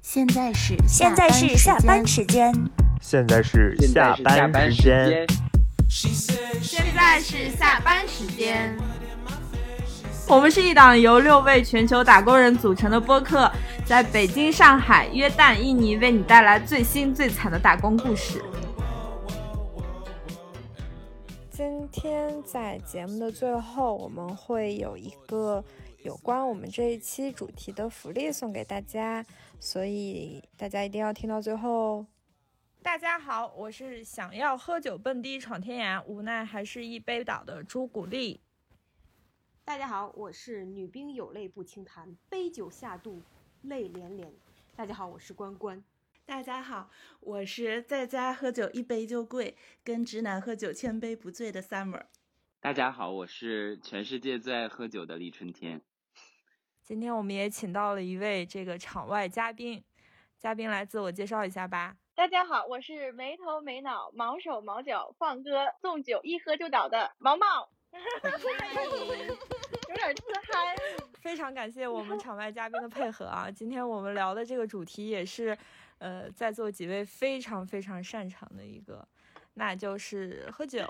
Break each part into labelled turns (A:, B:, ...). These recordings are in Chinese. A: 现在是
B: 现在是下班时间，
C: 现在是
D: 现在
C: 下
D: 是下班
C: 班时间，。
E: 现在是下班时间。我们是一档由六位全球打工人组成的播客，在北京、上海、约旦、印尼为你带来最新最惨的打工故事。
F: 今天在节目的最后，我们会有一个有关我们这一期主题的福利送给大家，所以大家一定要听到最后哦。
G: 大家好，我是想要喝酒蹦迪闯天涯，无奈还是一杯倒的朱古力。
H: 大家好，我是女兵有泪不轻弹，杯酒下肚泪连连。大家好，我是关关。
I: 大家好，我是在家喝酒一杯就醉，跟直男喝酒千杯不醉的 Summer。
D: 大家好，我是全世界最爱喝酒的李春天。
G: 今天我们也请到了一位这个场外嘉宾，嘉宾来自我介绍一下吧。
J: 大家好，我是没头没脑、毛手毛脚、放歌纵酒一喝就倒的毛毛， 有点自嗨。
G: 非常感谢 我们场外嘉宾的配合啊！今天我们聊的这个主题也是，呃，在座几位非常非常擅长的一个，那就是喝酒。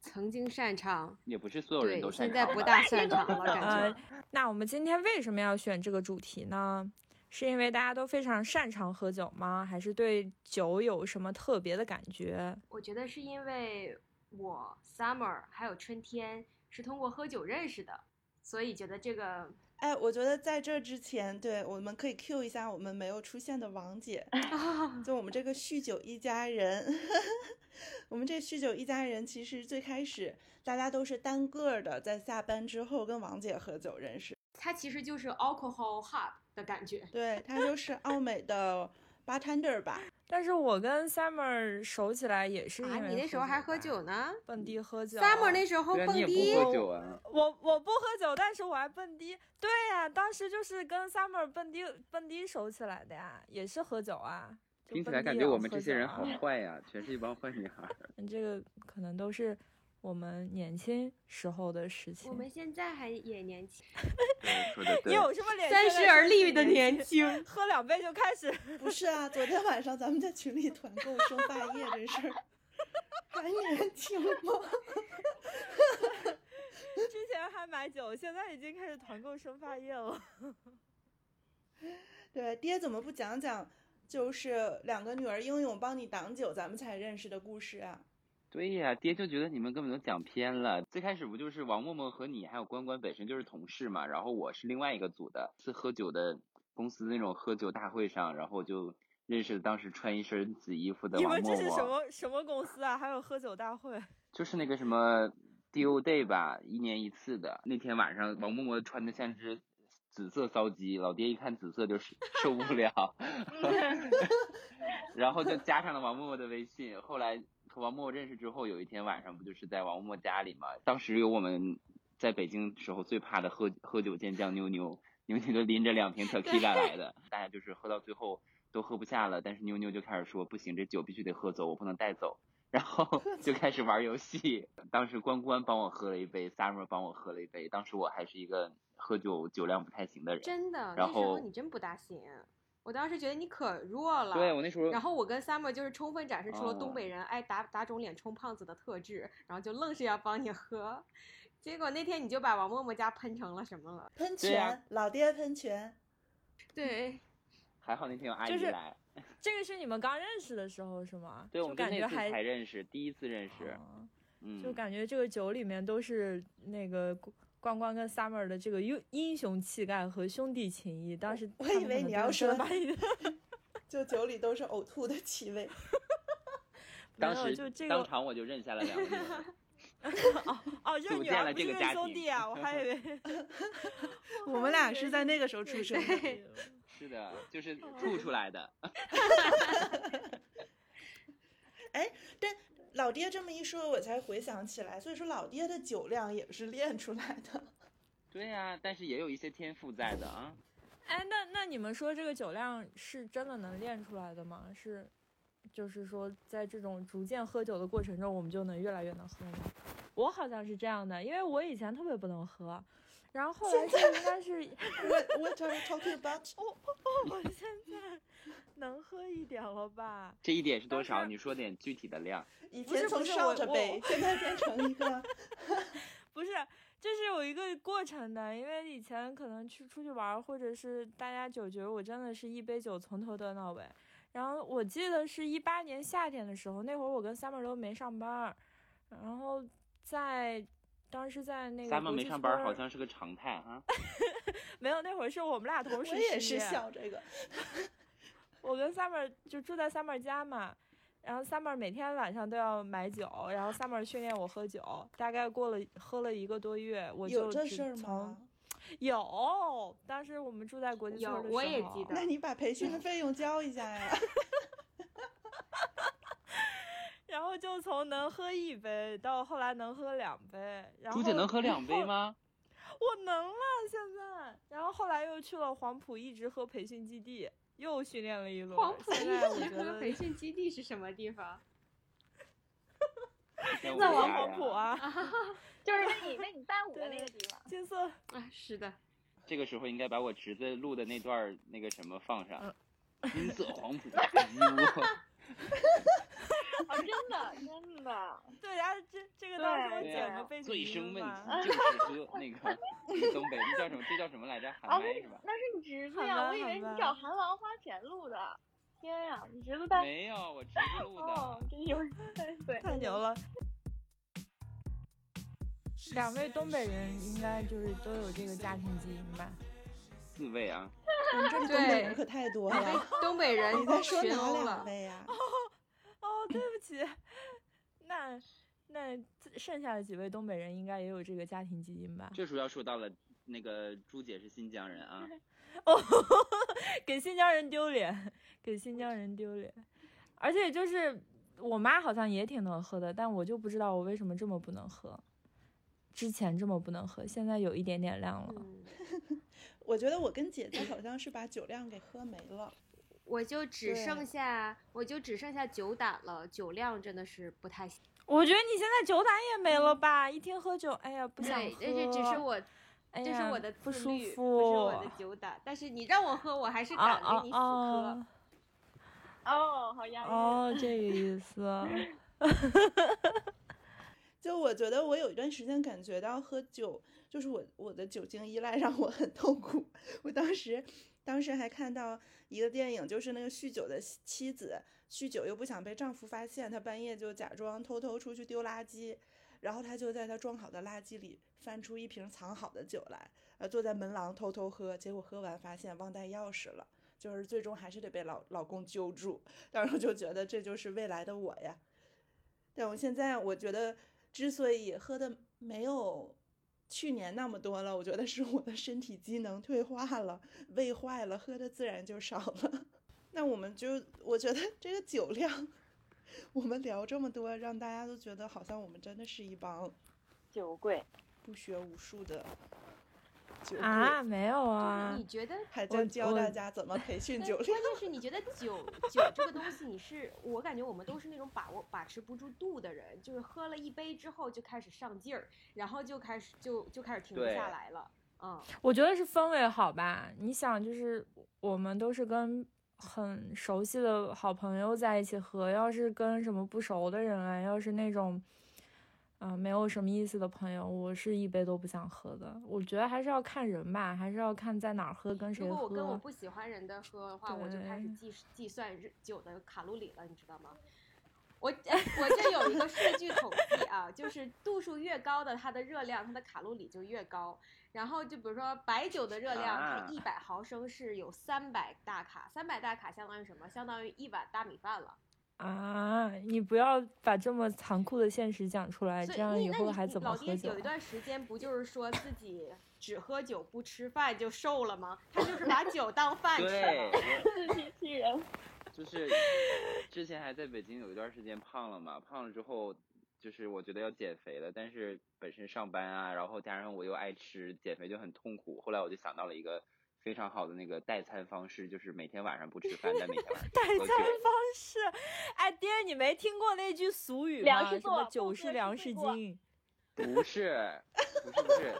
H: 曾经擅长，
D: 也不是所有人都
H: 对，
D: 擅
H: 现
D: 长。
H: 在不大擅长了，感
G: 呃
H: 觉。，
G: 那我们今天为什么要选这个主题呢？是因为大家都非常擅长喝酒吗？还是对酒有什么特别的感觉？
H: 我觉得是因为我 summer 还有春天是通过喝酒认识的，所以觉得这个
I: 哎，我觉得在这之前，对我们可以 Q 一下我们没有出现的王 姐，
H: 啊，
I: 就我们这个酗酒一家人。 我们这酗酒一家人其实最开始大家都是单个儿的，在下班之后跟王姐喝酒认识。
H: 它其实就是 alcohol hub 的感觉。
I: 对，她就是奥美的 bartender 吧？
G: 但是我跟 Summer 熟起来也是因为、
H: 啊，你那时候还喝酒，呢
G: 蹦迪喝酒。
H: ？summer 那时候
D: 对啊，
H: 蹦
D: 你也
H: 迪，
D: 不喝酒啊？
G: 我我不喝酒，但是我还蹦迪。对呀、当时就是跟 Summer 蹦迪蹦迪熟起来的呀，也是喝酒啊。就
D: 听起
G: 蹦
D: 来
G: 迪
D: 感
G: 也
D: 觉
G: 要
D: 我们
G: 喝
D: 这些
G: 酒
D: 人
G: 啊
D: 好 坏呀、全是一帮坏女孩儿。
G: 嗯这个可能都是我们年轻时候的事情。
H: 我们现在还也年轻，
D: 对，说的
G: 你
D: 对。
G: 有什么脸？
H: 三十而立的年，轻。
G: 喝两杯就开始。
I: 不是啊，昨天晚上咱们在群里团购生发液这事 儿，还年轻吗？
G: 之前还买酒，现在已经开始团购生发液了。
I: 对，爹怎么不讲讲，就是两个女儿英勇帮你挡酒，咱们才认识的故事啊？
D: 对呀、爹就觉得你们根本都讲偏了。最开始不就是王默默和你还有关关本身就是同事嘛，然后我是另外一个组的，是喝酒的公司那种喝酒大会上，然后就认识当时穿一身紫衣服的
G: 你
D: 王
G: 们
D: 默
G: 这是什
D: 默，
G: 么什么公司啊？还有喝酒大会？
D: 就是那个什么 DO Day 吧，一年一次的。那天晚上王默默穿的像只紫色骚鸡，老爹一看紫色就是受 不了。 然后就加上了王默默的微信。后来和王默默认识之后，有一天晚上不就是在王默默家里嘛？当时有我们在北京时候最怕的喝喝酒健将妞妞，妞妞就拎着两 瓶 tequila 来的，大家就是喝到最后都喝不下了，但是妞妞就开始说不行，这酒必须得喝走，我不能带走。然 后就开始玩游戏，当时关关帮我喝了一杯，Summer 帮我喝了一杯，当时我还是一个喝酒酒量不太行的人。
H: 真的，那
D: 然
H: 时候
D: 后
H: 你真不大行。我当时觉得你可弱了。
D: 对我那时候，
H: 然后我跟 Summer 就是充分展示出了
D: 哦
H: 东北人爱打打肿脸充胖子的特质，然后就愣是要帮你喝，结果那天你就把王默默家喷成了什么了？
I: 喷
D: 对
I: 泉，
D: 呀
I: 老爹喷泉，
H: 对，
D: 还好那天有阿姨
G: 就是
D: 来。
G: 这个是你们刚认识的时候是吗？
D: 对，我
G: 就
D: 们就
G: 感
D: 那
G: 觉
D: 次
G: 还
D: 才认识，第一次认识，
G: 哦
D: 嗯，
G: 就感觉这个酒里面都是那个关关跟 Summer 的这个英英雄气概和兄弟情谊。当时
I: 我
G: 他们
I: 以
G: 可
I: 为
G: 能
I: 你
G: 真
I: 要
G: 的真
I: 说
G: 的把你的
I: 就酒里都是呕吐的气味。
G: 没
D: 当
G: 有，
D: 时
G: 就这
D: 当
G: 个
D: 场我就认下了两个女儿
G: 哦，认
D: 组
G: 女
D: 建
G: 儿
D: 了
G: 不
D: 这个
G: 是认
D: 家
G: 兄
D: 庭
G: 弟啊，我 还以为
I: 我们俩是在那个时候出生的。
D: 是的，就是吐出来的。
I: 但 老爹这么一说，我才回想起来，所以说老爹的酒量也是练出来的。
D: 对呀、但是也有一些天赋在的啊。
G: 哎，那那你们说这个酒量是真的能练出来的吗？是，就是说在这种逐渐喝酒的过程中，我们就能越来越能喝吗？我好像是这样的，因为我以前特别不能喝，然后后来就应该是
I: 哦 What what are you talking about？
G: 我现多吧？
D: 这一点是多
G: 当
D: 少？
G: 时
D: 你说点具体的量。
I: 以
G: 不是
I: 前从
G: 不是
I: 少
G: 我
I: 着
G: 我
I: 背，现在变成一个
G: 不是，这是有一个过程的，因为以前可能去出去玩儿，或者是大家酒局，我真的是一杯酒从头端到尾。然后我记得是一八年夏天的时候，那会儿我跟 Summer 都没上班儿，然后在当时在那个
D: 三 r
G: 国
D: 没
G: 际
D: 上班儿
G: 村
D: 好
G: 儿
D: 像是个常态啊哈。
G: 没有，那会儿是我们俩同
I: 我
G: 时
I: 也是
G: 失
I: 啊
G: 业
I: 笑这个，
G: 我跟 Summer 就住在 Summer 家嘛，然后 Summer 每天晚上都要买酒，然后 Summer 训练我喝酒，大概过了喝了一个多月，我就
I: 有这
G: 只
I: 事儿
G: 从
I: 吗？
G: 有，当时我们住在国际村
H: 有
G: 儿的
H: 我
G: 时
H: 也
G: 候
H: 记得
I: 那你把培训的费用交一下呀。
G: 然后就从能喝一杯到后来能喝两杯，然
D: 朱
G: 后
D: 姐能喝 两杯
G: 后？
D: 吗？
G: 我能了，现在。然后后来又去了黄埔，一直喝培训基地，又训练了一轮。
H: 黄埔
G: 现在我
H: 一
G: 觉
H: 直和培
G: 得
H: 训基地是什么地方？
D: 在我
G: 在
D: 们
G: 黄
D: 家
G: 黄埔
D: 呀。
G: 啊，
J: 就是那你那你伴舞的那个地方。
G: 金色
H: 啊，是的，
D: 这个时候应该把我侄子录的那段儿那个什么放上
G: 嗯。
D: 金色黄埔啊鸡窝，
J: 哦，真的真的，
G: 对，然后这这个到时候
J: 对
G: 剪个背景
D: 醉
G: 音
D: 生问
G: 乐吧。
D: 题就是喝那个那东北，那叫什么？这叫什么来着？喊
J: 哦，
D: 麦
J: 那
D: 是
J: 是
D: 吧？
J: 那是你侄子
G: 好
J: 呀，
G: 吧
J: 我以为
G: 好吧
J: 你找韩王花钱录的。天呀，你侄子带
D: 没有，我侄子录
J: 哦
D: 的。，
J: 真有对对，
G: 太牛了！两位东北人应该就是都有这个家庭基因吧？
D: 四位啊，
I: 我们这里东北人
H: 对
I: 可太多
H: 被
I: 了。
H: 东北人
I: 你在说
H: 群
I: 哪
H: 殴
I: 两
H: 了。
I: 位 呀、
G: 哦，对不起，那那剩下的几位东北人应该也有这个家庭基因吧？
D: 这时候要说到了，那个朱姐是新疆人啊，
G: 哦， 给新疆人丢脸，给新疆人丢脸。而且就是我妈好像也挺能喝的，但我就不知道我为什么这么不能喝。之前这么不能喝，现在有一点点量了。
H: 嗯，
I: 我觉得我跟姐姐好像是把酒量给喝没了。
H: 我就只
I: 对
H: 剩下我就只剩下酒胆了，酒量真的是不太行。
G: 我觉得你现在酒胆也没了吧？一听喝酒，哎呀，不想喝。
H: 对，但是只是我
G: 哎
H: 这是
G: 呀
H: 我的
G: 不
H: 自
G: 舒
H: 律，
G: 服，
H: 不是我的酒胆。但是你让我喝，我还是
G: 啊
H: 敢
G: 啊
H: 给你死喝。
G: 啊！
J: 哦，好压抑。
G: 哦，这个意思。
I: 就我觉得我有一段时间感觉到喝酒，就是我我的酒精依赖 让我很痛苦。我当时当时还看到一个电影，就是那个酗酒的妻妻子，酗酒又不想被丈夫发现，她半夜就假装偷偷出去丢垃圾，然后她就在她装好的垃圾里翻出一瓶藏好的酒来，呃，坐在门廊偷偷喝，结果喝完发现忘带钥匙了。就是最终还是得被老老公揪住，当时我就觉得这就是未来的我呀。但我现在我觉得，之所以喝的没有去年那么多了，我觉得是我的身体机能退化了，胃坏了，喝的自然就少了。 那我们就，我觉得这个酒量，我们聊这么多，让大家都觉得好像我们真的是一帮
J: 酒鬼，
I: 不学无术的酒鬼，
G: 啊，没有
H: 就是
G: 啊
H: 你，觉得
I: 还在
G: 我
I: 教
G: 我
I: 大家怎么培训
H: 对
I: 酒
H: 关
I: 量。
H: 键是你觉得酒酒这个东西，你是我感觉我们都是那种把握把持不住度的人，就是喝了一杯之后就开始上劲儿，然后就开始就就开始停不
D: 对
H: 下来了。嗯，
G: 我觉得是氛围好吧。你想，就是我们都是跟很熟悉的好朋友在一起喝，要是跟什么不熟的人啊，要是那种。啊、没有什么意思的朋友，我是一杯都不想喝的。我觉得还是要看人吧，还是要看在哪儿喝，跟谁
H: 如
G: 喝。
H: 果我跟我不喜欢人的喝的话，我就开始
G: 对
H: 计计算日酒的卡路里了，你知道吗？我哎我这有一个数据统计啊，就是度数越高的，它的热量、它的卡路里就越高。然后就比如说白酒的热量，
D: 啊
H: 它一百毫升是有三百大卡，三百大卡相当于什么？相当于一碗大米饭了。
G: 啊，你不要把这么残酷的现实讲出来，
H: 所
G: 哎这
H: 以
G: 样
H: 你
G: 以
H: 那
G: 后
H: 你
G: 还
H: 你
G: 怎么
H: 老
G: 喝
H: 爹
G: 酒
H: 有一
G: 啊？
H: 段时间不就是说自己只喝酒不吃饭就瘦了吗？他就是把酒当饭吃
D: 对，
H: 了。
D: 我
J: 自欺欺人。
D: 就是之前还在北京有一段时间胖了嘛，胖了之后就是我觉得要减肥了，但是本身上班啊，然后加上我又爱吃，减肥就很痛苦。后来我就想到了一个非常好的那个代餐方式，就是每天晚上不吃饭，但每天晚上
G: 代
D: 喝
G: 餐
D: 酒。
G: 方式，哎爹，你没听过那句俗语
J: 粮
G: 吗？
J: 食
G: 什么
J: 做
G: 酒
J: 不
G: 是
J: 喝
G: 粮
J: 吃
G: 食
J: 罪过
G: 精？
D: 不是，不是，不是，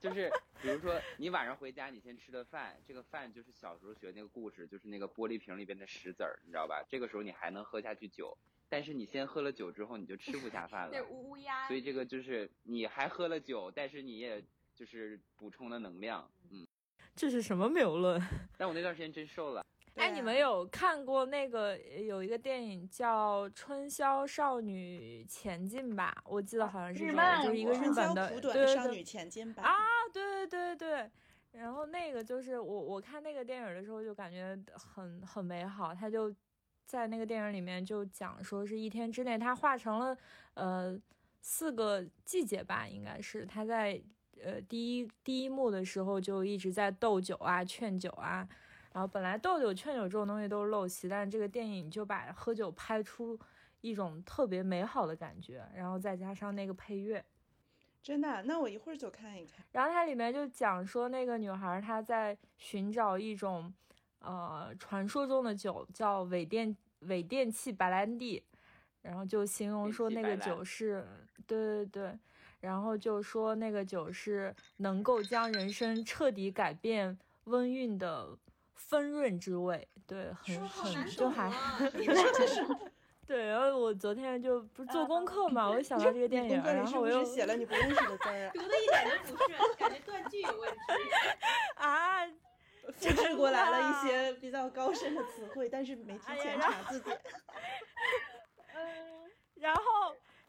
D: 就是比如说你晚上回家，你先吃的饭，这个饭就是小时候学那个故事，就是那个玻璃瓶里边的石子儿，你知道吧？这个时候你还能喝下去酒，但是你先喝了酒之后，你就吃不下 饭
H: 对
D: 了。
H: 乌乌鸦
D: 所，以这个就是你还喝了酒，但是你也就是补充了能量，嗯。
G: 这是什么谬论？
D: 但我那段时间真瘦了，
G: 哎，你们有看过那个呃有一个电影叫《春宵少女前进吧》？我记得好像是
J: 日
G: 这个
J: 漫
G: 就是一个
D: 春
G: 日
I: 春
G: 本
I: 娇
G: 的，
I: 苦
G: 对
I: 短，
G: 对
I: 少
G: 对
I: 女前进吧。
G: 啊，对对对对。然后那个就是我我看那个电影的时候就感觉很很美好，他就在那个电影里面就讲说是一天之内他画成了呃四个季节吧，应该是他在呃第一第一幕的时候就一直在斗酒啊劝酒啊，然后本来斗酒劝酒这种东西都是陋习，但是这个电影就把喝酒拍出一种特别美好的感觉，然后再加上那个配乐。
I: 真的啊，那我一会儿就看一看。
G: 然后它里面就讲说，那个女孩儿她在寻找一种，呃，传说中的酒，叫伪电伪电器白兰地，然后就形容
D: 电
G: 说
D: 器
G: 那
D: 白
G: 个
D: 兰
G: 酒是，对对对，然后就说那个酒是能够将人生彻底改变温韵的丰润之味，对，很
H: 说好
G: 很
H: 难
G: 就
H: 懂
G: 还
H: 啊！
G: 对。然后我昨天就不是
I: 啊
G: 做功课嘛，我就想到这个电
I: 你
G: 影
I: 功课
G: 儿，
I: 里
G: 然
I: 是
G: 后
I: 不
G: 我
I: 是
G: 又
I: 写了你不认识的字儿啊？
H: 读的一点都不顺，感觉断句有问题。
G: 啊，
I: 复制过来了一些比较高深的词汇，但是没提
G: 哎呀
I: 前
G: 然
I: 查字典。
J: 嗯，
G: 然后，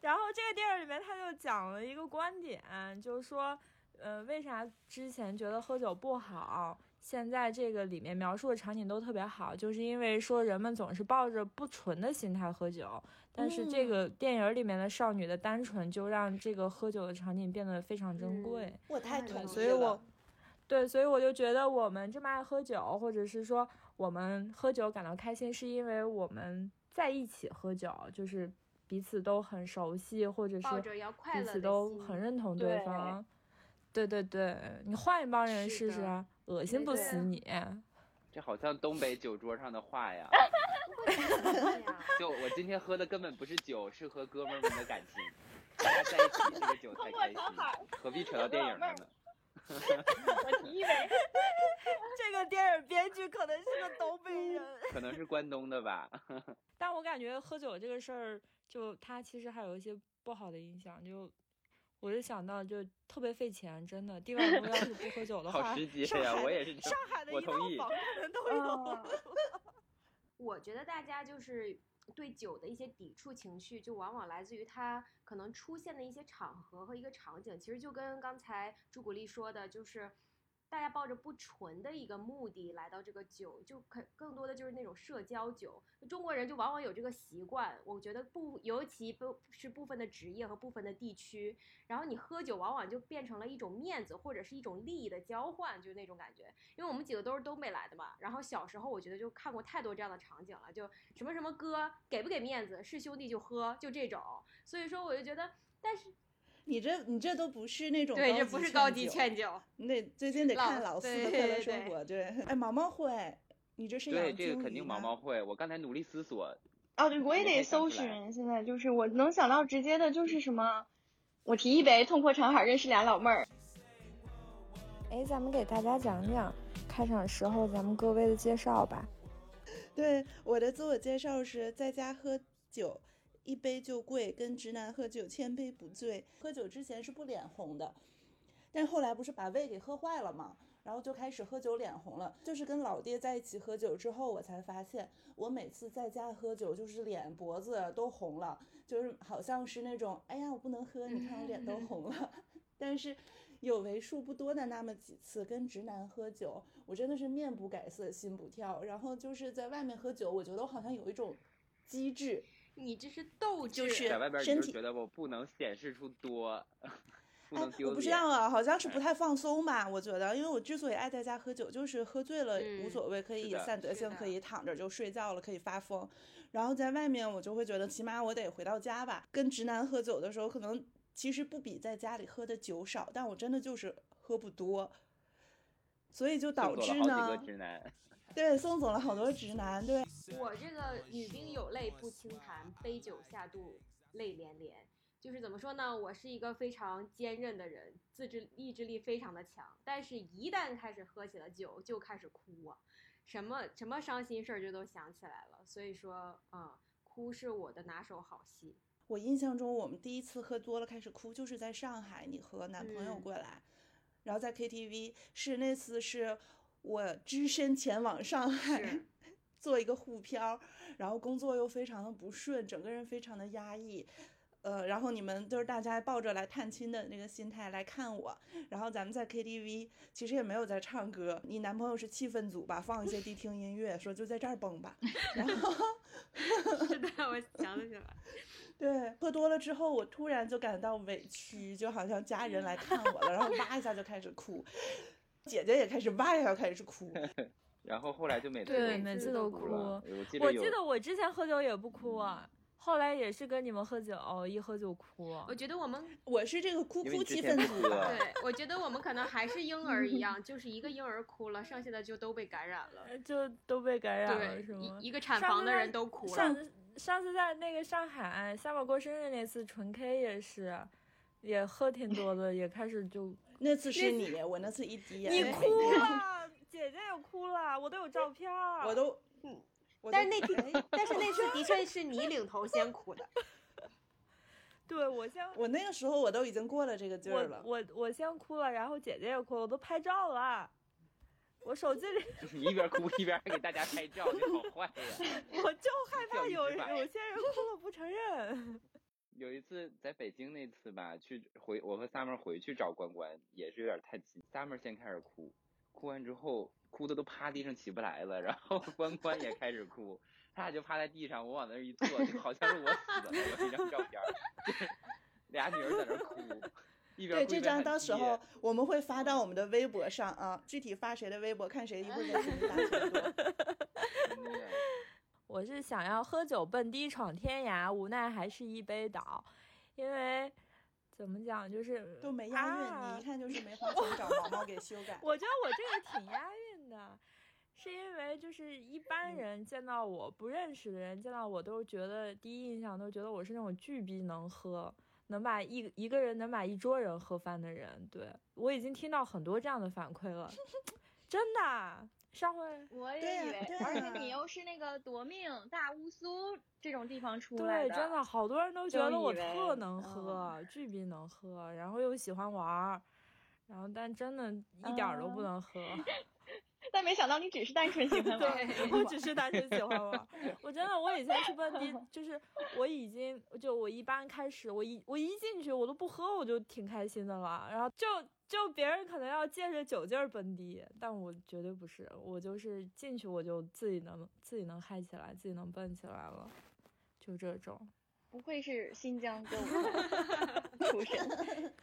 G: 然后这个电影里面他就讲了一个观点，就是说，呃，为啥之前觉得喝酒不好，现在这个里面描述的场景都特别好，就是因为说人们总是抱着不纯的心态喝酒，但是这个电影里面的少女的单纯，就让这个喝酒的场景变得非常珍贵。
H: 嗯
I: 我太
H: 嗯
I: 同
G: 所
I: 意
G: 以我
I: 了。
G: 对，所以我就觉得我们这么爱喝酒，或者是说我们喝酒感到开心，是因为我们在一起喝酒，就是彼此都很熟悉，或者是
H: 抱着要快
G: 彼
H: 乐的
G: 此
H: 心，
G: 都很认同对
J: 对
G: 方。对对对，你换一帮人
H: 是
G: 试
H: 的
G: 试啊，恶心
H: 对
G: 不
H: 对
G: 死
H: 啊
G: 你。
D: 这好像东北酒桌上的话呀。
H: 呀。
D: 就我今天喝的根本不是酒，是和哥们儿们的感情。大家在一起，这个酒才开心，何必扯到电影上呢？
J: 我提 议呗，
G: 这个电影编剧可能是个 东北人。
D: 可能是关东的吧。
G: 但我感觉喝酒这个事儿，就它其实还有一些不好的影响，就我就想到就特别费钱，真的。地方如果要是不喝酒的话，
D: 好直接
G: 上
D: 呀
G: 海
D: 我
G: 的
D: 也是这
G: 上海的
D: 我
G: 一套
D: 同意
G: 房可能都
J: 哦
G: 有。
H: 我觉得大家就是对酒的一些抵触情绪，就往往来自于它可能出现的一些场合和一个场景。其实就跟刚才朱古力说的，就是大家抱着不纯的一个目的来到这个酒，就可更多的就是那种社交酒。中国人就往往有这个习惯，我觉得不，尤其不是部分的职业和部分的地区，然后你喝酒往往就变成了一种面子或者是一种利益的交换，就是那种感觉。因为我们几个都是东北来的嘛，然后小时候我觉得就看过太多这样的场景了，就什么什么哥给不给面子，是兄弟就喝，就这种。所以说我就觉得，但是
I: 你这你这都不是那种
H: 对，
I: 高
H: 这
I: 级
H: 不是
I: 劝
H: 高级
I: 酒
H: 劝酒，
I: 你得最近得
H: 老
I: 看老四的《
H: 对
I: 快乐
H: 对
I: 生
H: 对
I: 活》对。哎，毛毛会，你这是
D: 对，
I: 养
D: 这
I: 金
D: 个肯
I: 鱼
D: 定毛
I: 吗
D: 毛会。我刚才努力思索，
J: 哦，对，我也
D: 没想
J: 得搜
D: 出来
J: 寻。现在就是我能想到直接的就是什么，我提一杯，痛破长海，认识俩老妹儿。
F: 哎，咱们给大家讲讲开场时候咱们各位的介绍吧。
I: 对，我的自我介绍是在家喝酒，一杯就醉，跟直男喝酒千杯不醉。喝酒之前是不脸红的，但后来不是把胃给喝坏了嘛，然后就开始喝酒脸红了。就是跟老爹在一起喝酒之后，我才发现我每次在家喝酒就是脸脖子都红了，就是好像是那种哎呀我不能喝，你看我脸都红了。但是有为数不多的那么几次跟直男喝酒，我真的是面不改色心不跳。然后就是在外面喝酒，我觉得我好像有一种机智，
H: 你这是斗志，
I: 就是
D: 在外边你
I: 身
D: 就
I: 体
D: 觉得我不能显示出多，不
I: 哎
D: 能，丢
I: 我
D: 脸。哎
I: 不知道啊，好像是不太放松吧？我觉得，因为我之所以爱在家喝酒，就是喝醉了无
H: 嗯
I: 所谓，可
D: 是
I: 以
D: 的
I: 散德
H: 是
I: 性，
H: 的
I: 可以躺着就睡觉了，可以发疯。然后在外面，我就会觉得起码我得回到家吧。跟直男喝酒的时候，可能其实不比在家里喝的酒少，但我真的就是喝不多，所以就导
D: 送走
I: 致
D: 了
I: 呢
D: 好几个，直男，
I: 对，送走了好多直男，对。
H: 我这个女兵有泪不轻弹，杯酒下肚泪连连。就是怎么说呢，我是一个非常坚韧的人，自制意志力非常的强，但是一旦开始喝起了酒，就开始哭啊，什么什么伤心事儿就都想起来了。所以说，嗯，哭是我的拿手好戏。
I: 我印象中，我们第一次喝多了开始哭，就是在上海，你和男朋友
H: 嗯
I: 过来，然后在 KTV 是那次是我只身前往上海
H: 是
I: 做一个沪漂，然后工作又非常的不顺，整个人非常的压抑。呃，然后你们就是大家抱着来探亲的那个心态来看我，然后咱们在 KTV 其实也没有在唱歌，你男朋友是气氛组吧， 放一些迪厅音乐，说就在这儿蹦吧，然后
H: 是的，我想起来了，
I: 对，喝多了之后，我突然就感到委屈，就好像家人来看我了，然后哇一下就开始哭，姐姐也开始哇一下就开始 哭，
D: 然后后来就每次
G: 对
D: 都
G: 每
H: 次
G: 都
D: 哭了。我记
G: 我
D: 有嗯
G: 记得我之前喝酒也不哭啊，后来也是跟你们喝酒，一喝就哭。啊
H: 我觉得我们
I: 我是这个哭
D: 因
I: 哭
D: 为你之
I: 气
D: 前
I: 氛
D: 不
I: 组
D: 哭
I: 吧，
D: 啊
H: 对，我觉得我们可能还是婴儿一样，就是一个婴儿哭了，剩下的就都被感染了。
G: 呃就都被感染了，
H: 对
G: 是，吗
H: 一？一个产
G: 上
H: 房
G: 次
H: 的
G: 在
H: 人都哭
G: 上
H: 了。
G: 次上次在那个上海夏宝国生日那次，纯 K 也是，也喝挺多的，也开始就
I: 那次是你，我那次一滴眼泪
G: 你
I: 没
G: 哭
I: 流，
G: 了，姐姐也哭了，我都有照片儿。
I: 我 都，
D: 嗯
I: 我
H: 但
I: 都
H: 是那天，但是那次的确是你领头先哭的。
G: 对我先
I: 我那个时候我都已经过了这个劲儿
G: 我
I: 了，
G: 我我先哭了，然后姐姐也哭了，我都拍照了。我手机里，
D: 就是你一边哭一边还给大家拍照，你好坏 呀！
G: 我就害怕
D: 钓鱼
G: 有
D: 执
G: 人
D: 法
G: 有些人哭了不承认。
D: 有一次在北京那次吧，去回我和 Summer 回去找关关，也是有点太急。Summer 先开始哭，哭完之后哭的都趴地上起不来了，然后关关也开始哭，他俩就趴在地上，我往那儿一坐，就好像是我死了，有一张照片儿，就是俩女儿在那儿哭，一边
I: 对
D: 哭一
I: 这
D: 边
I: 张
D: 喊
I: 到时
D: 爹
I: 候我们会发到我们的微博上啊，具体发谁的微博看谁一会儿在群里打群说，
D: 真的
G: 我是想要喝酒蹦迪闯天涯，无奈还是一杯倒，因为怎么讲就是
I: 都没押韵，
G: 啊。
I: 你一看就是没花 钱找毛毛给修改
G: 我觉得我这个挺押韵的，是因为就是一
J: 嗯
G: 般人见到我不认识的人见到我都觉得第一印象都觉得我是那种巨逼能喝，能把一一个人能把一桌人喝翻的人。对我已经听到很多这样的反馈 了，真的。上回
J: 我
I: 对
J: 也
I: 呀
J: 以为
I: 对，
J: 而
I: 呀
J: 且你又是那个夺命大乌苏这种地方 出来
G: 对，真的好多人都觉
J: 就
G: 得
J: 以
G: 我
J: 为
G: 特能
J: 嗯
G: 喝，巨逼能喝，然后又喜欢玩儿，然后但真的一点儿都不
J: 嗯
G: 能喝。
J: 但没想到你只是单纯 喜欢玩。
G: 我只是单纯喜欢玩儿。我真的，我以前去蹦迪，就是我已经就我一般开始，我一我一进去我都不喝，我就挺开心的了。然后就就别人可能要借着酒劲儿蹦迪，但我绝对不是，我就是进去我就自己能自己能嗨起来，自己能蹦起来了，就这种。
J: 不愧是新 疆歌舞团出身，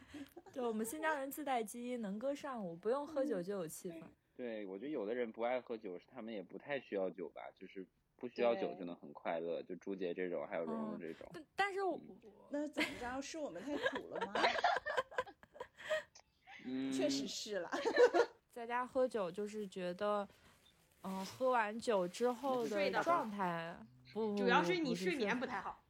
G: 对我们新疆人自带基因，能歌善舞，不用喝酒就有气氛。
D: 对，我觉得有的人不爱喝酒，是他们也不太需要酒吧，就是不需要酒
J: 对
D: 就能很快乐。就朱杰这种，还有蓉蓉
G: 嗯
D: 这种，
G: 但但是我
I: 那怎么着？是我们太苦了吗？
D: 嗯，
I: 确实是了。
G: 在家喝酒就是觉得，嗯、喝完酒之后
H: 睡
G: 的
H: 的吧
G: 状态，不，不
H: 主要
G: 不
H: 是你
G: 不
H: 睡眠
G: 不
H: 不太好。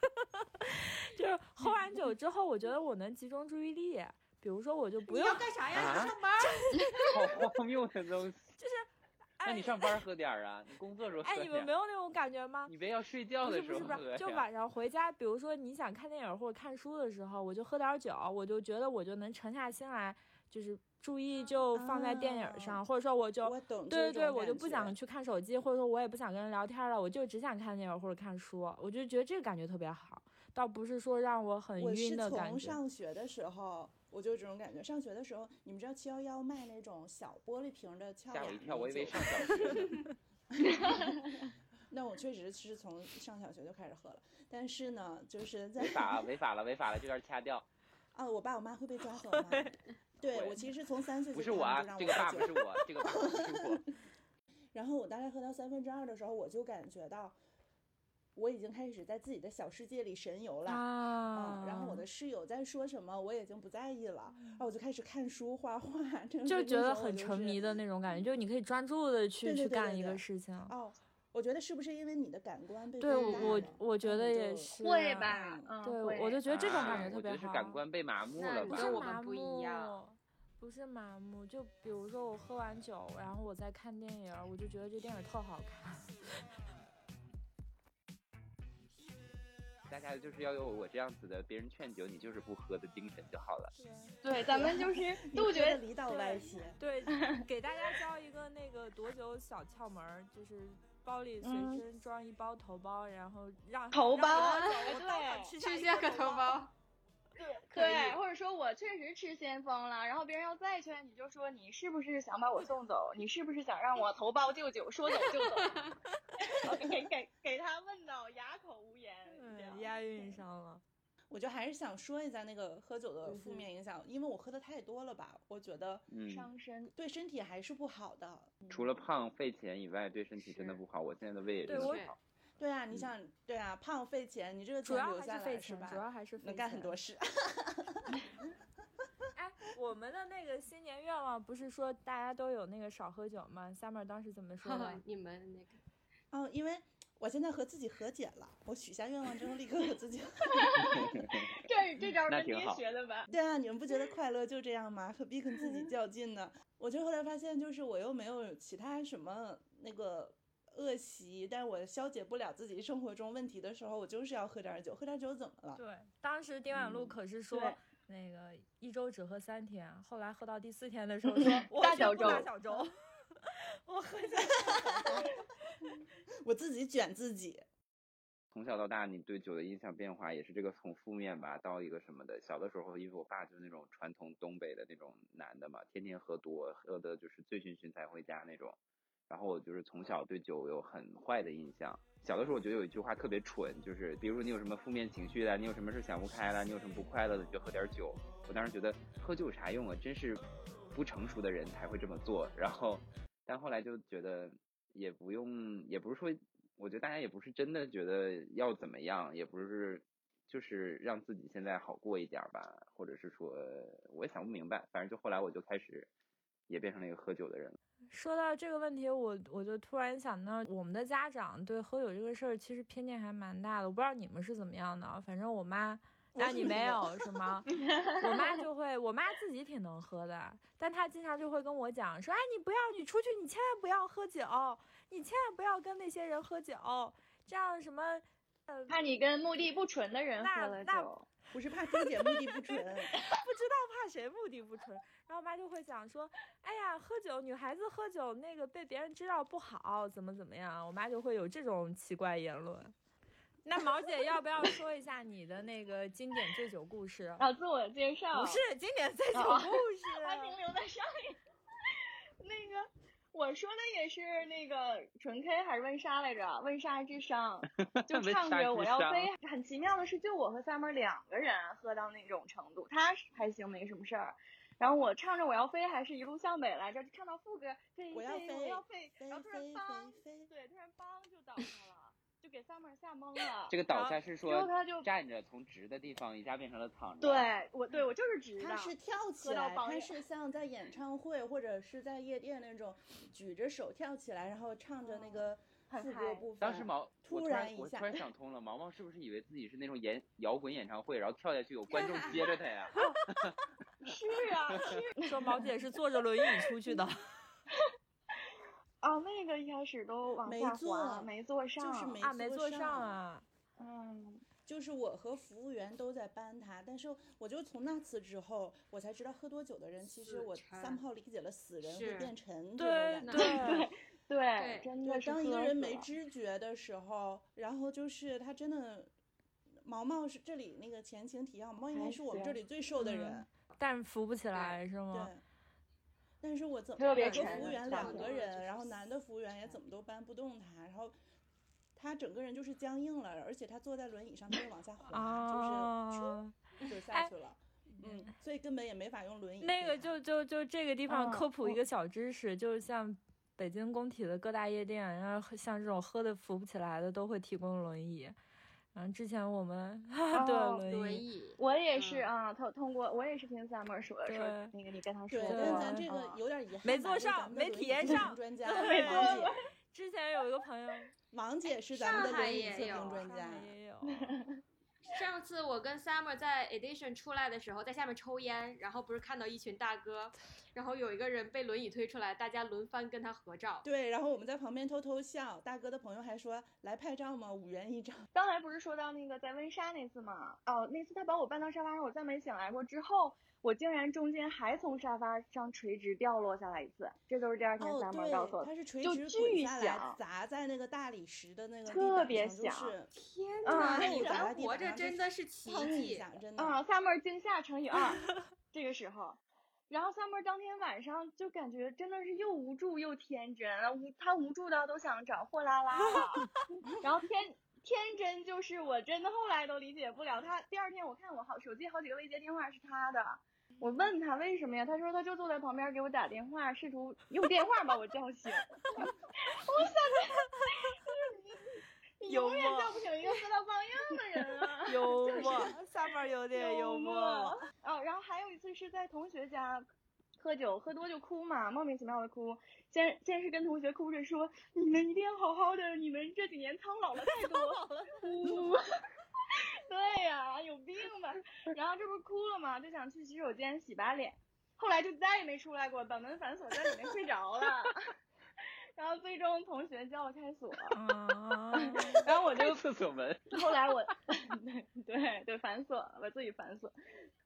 G: 是，就是喝完酒之后，我觉得我能集中注意力，比如说我就不
H: 你
G: 用
H: 要，干啥呀？你
D: 啊
H: 要上班 儿？
D: 好荒谬的东 西。那
G: 哎
D: 你上班喝点儿啊，你工作时候喝
G: 哎，
D: 点
G: 你们没
D: 儿，
G: 有那种感觉吗？
D: 你别要睡觉
G: 不
D: 的
G: 是
D: 时
G: 不是
D: 候
G: 不
D: 喝
G: 是，
D: 呀。
G: 就晚上回家，比如说你想看电影或者看书的时候，我就喝点儿酒，我就觉得我就能沉下心来，就是注意就放在电影上，
I: 啊
G: 或者说我就
I: 我懂这
G: 对对对，
I: 种
G: 我就
I: 感觉
G: 不想去看手机，或者说我也不想跟人聊天了，我就只想看电影或者看书，我就觉得这个感觉特别好，倒不是说让我很
I: 我
G: 晕
I: 是
G: 的感
I: 从
G: 觉。
I: 上学的时候我就有这种感觉。上学的时候，你们知道七幺幺卖那种小玻璃瓶的翘
D: 吓
I: 雅
D: 我
I: 米
D: 一
I: 酒
D: 跳，我以为上小学呢。
I: 那我确实是从上小学就开始喝了，但是呢，就是在
D: 违法违法了，违法了，这段掐 掉。
I: 啊，我爸我妈会被抓走吗？对我其实从三岁
D: 不
I: 就是看
D: 我啊
I: 就让，我
D: 这个
I: 喝
D: 爸
I: 酒
D: 不是我，这个爸不是我。
I: 然后我大概喝到三分之二的时候，我就感觉到我已经开始在自己的小世界里神游了。
G: 啊嗯
I: 嗯，然后我的室友在说什么，我已经不在意了，然后我就开始看书、画画，真的
G: 就是
I: 那
G: 觉得
I: 种我
G: 很
I: 就
G: 沉
I: 是
G: 迷的那种感觉，就是你可以专注的去
I: 对对
G: 去
I: 对
G: 干
I: 对
G: 一
I: 对
G: 个事情。
I: 哦，我觉得是不是因为你的感官被
G: 对，
I: 放大
G: 我我
I: 了
G: 我觉
I: 然后
G: 得
I: 你
G: 也、
I: 就是
G: 啊，
J: 会吧？嗯，
G: 对，
J: 会
G: 我就觉得这种
D: 啊
G: 感觉特
D: 我
G: 别
D: 觉
G: 好。
D: 得是感官被麻木
H: 那
D: 了
H: 你
D: 吧
G: 不
H: 跟
G: 是？
H: 我
G: 麻
H: 们
G: 木，
H: 不一样
G: 不是麻木。就比如说我喝完酒，然后我在看电影儿，我就觉得这电影儿特好看。
D: 大家就是要有我这样子的，别人劝酒你就是不喝的精神就好了。
J: 对，咱们就是
I: 你
J: 杜
I: 喝得
J: 绝
I: 离道
G: 对
I: 歪斜。
G: 对，给大家教一个那个躲酒小窍门儿，就是包里随
I: 嗯
G: 身装一包头包，然后让
J: 头
G: 让
J: 包
G: 我
J: 啊
G: 走我当场吃
H: 吃
J: 对
G: 下
H: 下
G: 一
H: 个 头
G: 包。
H: 包，
J: 对，或者说我确实吃先锋了，然后别人要再劝你，就说你是不是想把我送走？你是不是想让我投包就酒，说走就走？给给给他问到哑口无言，这样
G: 嗯，押韵上了。
I: 我就还是想说一下那个喝酒的
G: 嗯
I: 负
G: 哼
I: 面影响，因为我喝的太多了吧，我觉得
D: 嗯，
J: 伤身。
I: 对身体还是不好的。
D: 除了胖费钱以外，对身体真的
H: 是
D: 不好。我现在的胃也
G: 对
D: 真的
G: 我
D: 不
H: 对？
D: 好。
I: 对啊，你
D: 嗯
I: 想，对啊，胖费钱，你这个
G: 主
I: 钱
G: 要
I: 留
G: 还
I: 下
G: 是费
I: 来是
G: 钱，
I: 吧？
G: 主要还是费
I: 能干很
G: 钱
I: 多事。
G: 哎，我们的那个新年愿望不是说大家都有那个少喝酒吗？Summer 当时怎么 说的
H: 你们那个
I: 哦，因为我现在和自己和解了，我许下愿望之后立刻和自己。
J: 这这招
D: 那
J: 跟
D: 挺
J: 爹
D: 好
J: 学的吧？
I: 对啊，你们不觉得快乐就这样吗？何必跟自己较劲呢？我就后来发现，就是我又没有其他什么那个恶习，但我消解不了自己生活中问题的时候，我就是要喝点儿酒。喝点儿酒怎么了？
G: 对，当时丁婉露
D: 嗯
G: 可是说
I: 对
G: 那个一周只喝三天，后来喝到第四天的时候说， 我
J: 大
G: 绝
J: 小
G: 不大
J: 周
G: 小周，我喝下
I: 我自己卷自己。
D: 从小到大，你对酒的印象变化也是这个从负面吧到一个什么的。小的时候，因为我爸就是那种传统东北的那种男的嘛，天天喝多，喝的就是醉醺醺才回家那种。然后我就是从小对酒有很坏的印象。小的时候，我觉得有一句话特别蠢，就是比如说你有什么负面情绪啦，你有什么事想不开啦，你有什么不快乐的，你就喝点酒。我当时觉得喝酒有啥用啊？真是不成熟的人才会这么做。然后，但后来就觉得也不用，也不是说，我觉得大家也不是真的觉得要怎么样，也不是就是让自己现在好过一点儿吧，或者是说我也想不明白。反正就后来我就开始也变成了一个喝酒的人了。
G: 说到这个问题，我我就突然想到，我们的家长对喝酒这个事儿其实偏见还蛮大的。我不知道你们是怎么样的啊，反正我妈，那你没有是吗？我妈就会，我妈自己挺能喝的，但她经常就会跟我讲说，哎，你不要，你出去，你千万不要喝酒，你千万不要跟那些人喝酒，这样什么，呃，
J: 怕你跟目的不纯的人
G: 那
J: 喝了
G: 那
J: 酒，
I: 不是怕朱姐目的不纯，
G: 不知道怕谁目的不纯，然后我妈就会讲说，哎呀，喝酒，女孩子喝酒那个被别人知道不好，怎么怎么样，我妈就会有这种奇怪言论。那毛姐要不要说一下你的那个经典醉酒故事？
J: 啊，自我介绍
G: 不是经典醉酒故
J: 哦 还停
G: 事，
D: 啊
J: 留在上一个。 那个我说的也是那个纯 K 还是温莎来着？温莎之 殇就
D: 温
J: 唱
D: 莎
J: 着
D: 之
J: 我要
D: 殇
J: 飞。很奇妙的是，就我和 Summer 两个人喝到那种程度，他是还行没什么事儿。然后我唱着我要飞，还是一路向北来着，就唱到副歌，飞
I: 我要
J: 飞我
I: 飞
J: 要飞，
I: 飞
J: 然后突然
I: 飞
J: 梆，
I: 飞飞，
J: 对，突然梆就倒下了，就给 Summer 吓懵了。
D: 这个倒下是
J: 然
D: 说
J: 后他就
D: 站着从直的地方一下变成了躺着。
J: 对我，对我就是直的，
I: 他是跳起
J: 喝到
I: 来，
J: 饱
I: 他
J: 了
I: 是像在演唱会或者是在夜店那种举着手跳起来，然后唱着那个
J: 很
I: 副
J: 嗨
I: 歌部分。
D: 当时毛，我
I: 突
D: 突
I: 然
D: 然
I: 一
D: 我
I: 下
D: 突然想通了，毛毛是不是以为自己是那种演摇滚演唱会，然后跳下去有观众接着他 呀？
J: 是 啊，是
G: 说毛姐是坐着轮椅出去的，
J: 啊，那个一开始都往
I: 没
J: 下
I: 坐
J: 滑，没坐上，
I: 就是没
G: 啊，没
I: 坐
G: 坐上啊，
J: 嗯，
I: 就是我和服务员都在搬他，但是我就从那次之后，我才知道喝多酒的人，其实
H: 死
I: 我
H: 沉
I: 三炮理解了死人会
H: 是
I: 变沉这种
G: 对
I: 感觉。
G: 对，
J: 对
H: 对，
J: 真的
I: 对，
J: 是
I: 当一个
J: 喝啊
I: 人
J: 死
I: 没
J: 了
I: 知觉的时候，然后就是他真的，毛毛是这里那个前情提要，毛应该
J: 还
I: 是我们这
J: 行
I: 里最瘦的
G: 嗯
I: 人，
G: 但扶不起来是吗？
I: 对。但是我怎么
J: 特别
I: 两个
J: 沉
I: 服务
J: 的
I: 员
J: 差
I: 两
J: 不
I: 个
J: 多
H: 就
I: 人，
H: 是
I: 然后男的服务员也怎么都搬不动他，然后他整个人就是僵硬了，而且他坐在轮椅上，他又往下滑，就是咻
G: 啊，
I: 就
G: 哎
I: 下去了。嗯，所以根本也没法用轮椅推它。
G: 那个就就就这个地方
J: 嗯
G: 科普一
J: 我
G: 个小知识，就是像北京工体的各大夜店，然后像这种喝的扶不起来的都会提供轮椅。然后之前我们 对
J: 哦
G: 轮
H: 轮
G: 椅，
H: 椅，
J: 我也是
H: 嗯
J: 啊，通通过我也是听 Summer 说
G: 对
J: 说那个你跟他说
I: 对，
J: 的，
I: 但咱这
J: 嗯
I: 个有点遗憾吧，
G: 啊没坐
I: 就是咱
G: 上
I: 们的
G: 没
I: 轮
G: 体
I: 椅
G: 验
I: 不是
G: 上
I: 专家
G: 对
I: 王姐
J: 对
G: 之前有一个朋友，
I: 王姐是咱们的
H: 上海
I: 轮椅
H: 也
I: 测评
H: 有
I: 专
G: 上
I: 家
G: 海，也 有，
H: 上次我跟 Summer 在 Edition 出来的时候，在下面抽烟，然后不是看到一群大哥，然后有一个人被轮椅推出来，大家轮番跟他合照。
I: 对，然后我们在旁边偷偷笑，大哥的朋友还说来拍照吗？五元一张，
J: 刚才不是说到那个在温莎那次嘛？哦，那次他把我搬到沙发上，我再没醒来过。之后我竟然中间还从沙发上垂直掉落下来一次，这都是第二天
I: 哦，
J: 三毛告诉
I: 对，
J: 我的。
I: 它是垂
J: 就
I: 直滚
J: 巨
I: 下来
J: 响
I: 砸在那个大理石的那个地
J: 特
I: 板
J: 别
I: 上，就
J: 响
I: 是啊
H: 天
J: 嗯
H: 哪，
J: 那
H: 你
J: 我
I: 砸在
H: 人
I: 地
H: 哎活
I: 板
H: 着
I: 上就
H: 真的是奇
I: 砰一
H: 迹。
I: 响，真的。
J: 啊、s u m m e r 惊吓乘以二，这个时候。然后 Summer 当天晚上就感觉真的是又无助又天真，无他无助到都想找货拉拉了，然后天天真就是我真的后来都理解不了他。第二天我看我好手机好几个未接电话是他的，我问他为什么呀？他说他就坐在旁边给我打电话，试图用电话把我叫醒。 我想你，你
E: 幽
J: 永远
E: 默
J: 叫不醒一个自道放映的人啊！
E: 幽默，summer 有点
J: 幽
E: 幽默，
J: 哦，然后还有一次是在同学家喝酒，喝多就哭嘛，莫名其妙的哭。先先是跟同学哭着说：“你们一定要好好的，你们这几年苍老了太多。”哭。 对呀、有病吧？然后这不是哭了吗？就想去洗手间洗把脸，后来就再也没出来过，把门反锁在里面睡着了。 然后最终同学叫我开锁，
G: 啊，
J: 然后我就
D: 开厕所门，
J: 后来我， 对对反锁了，我自己反锁。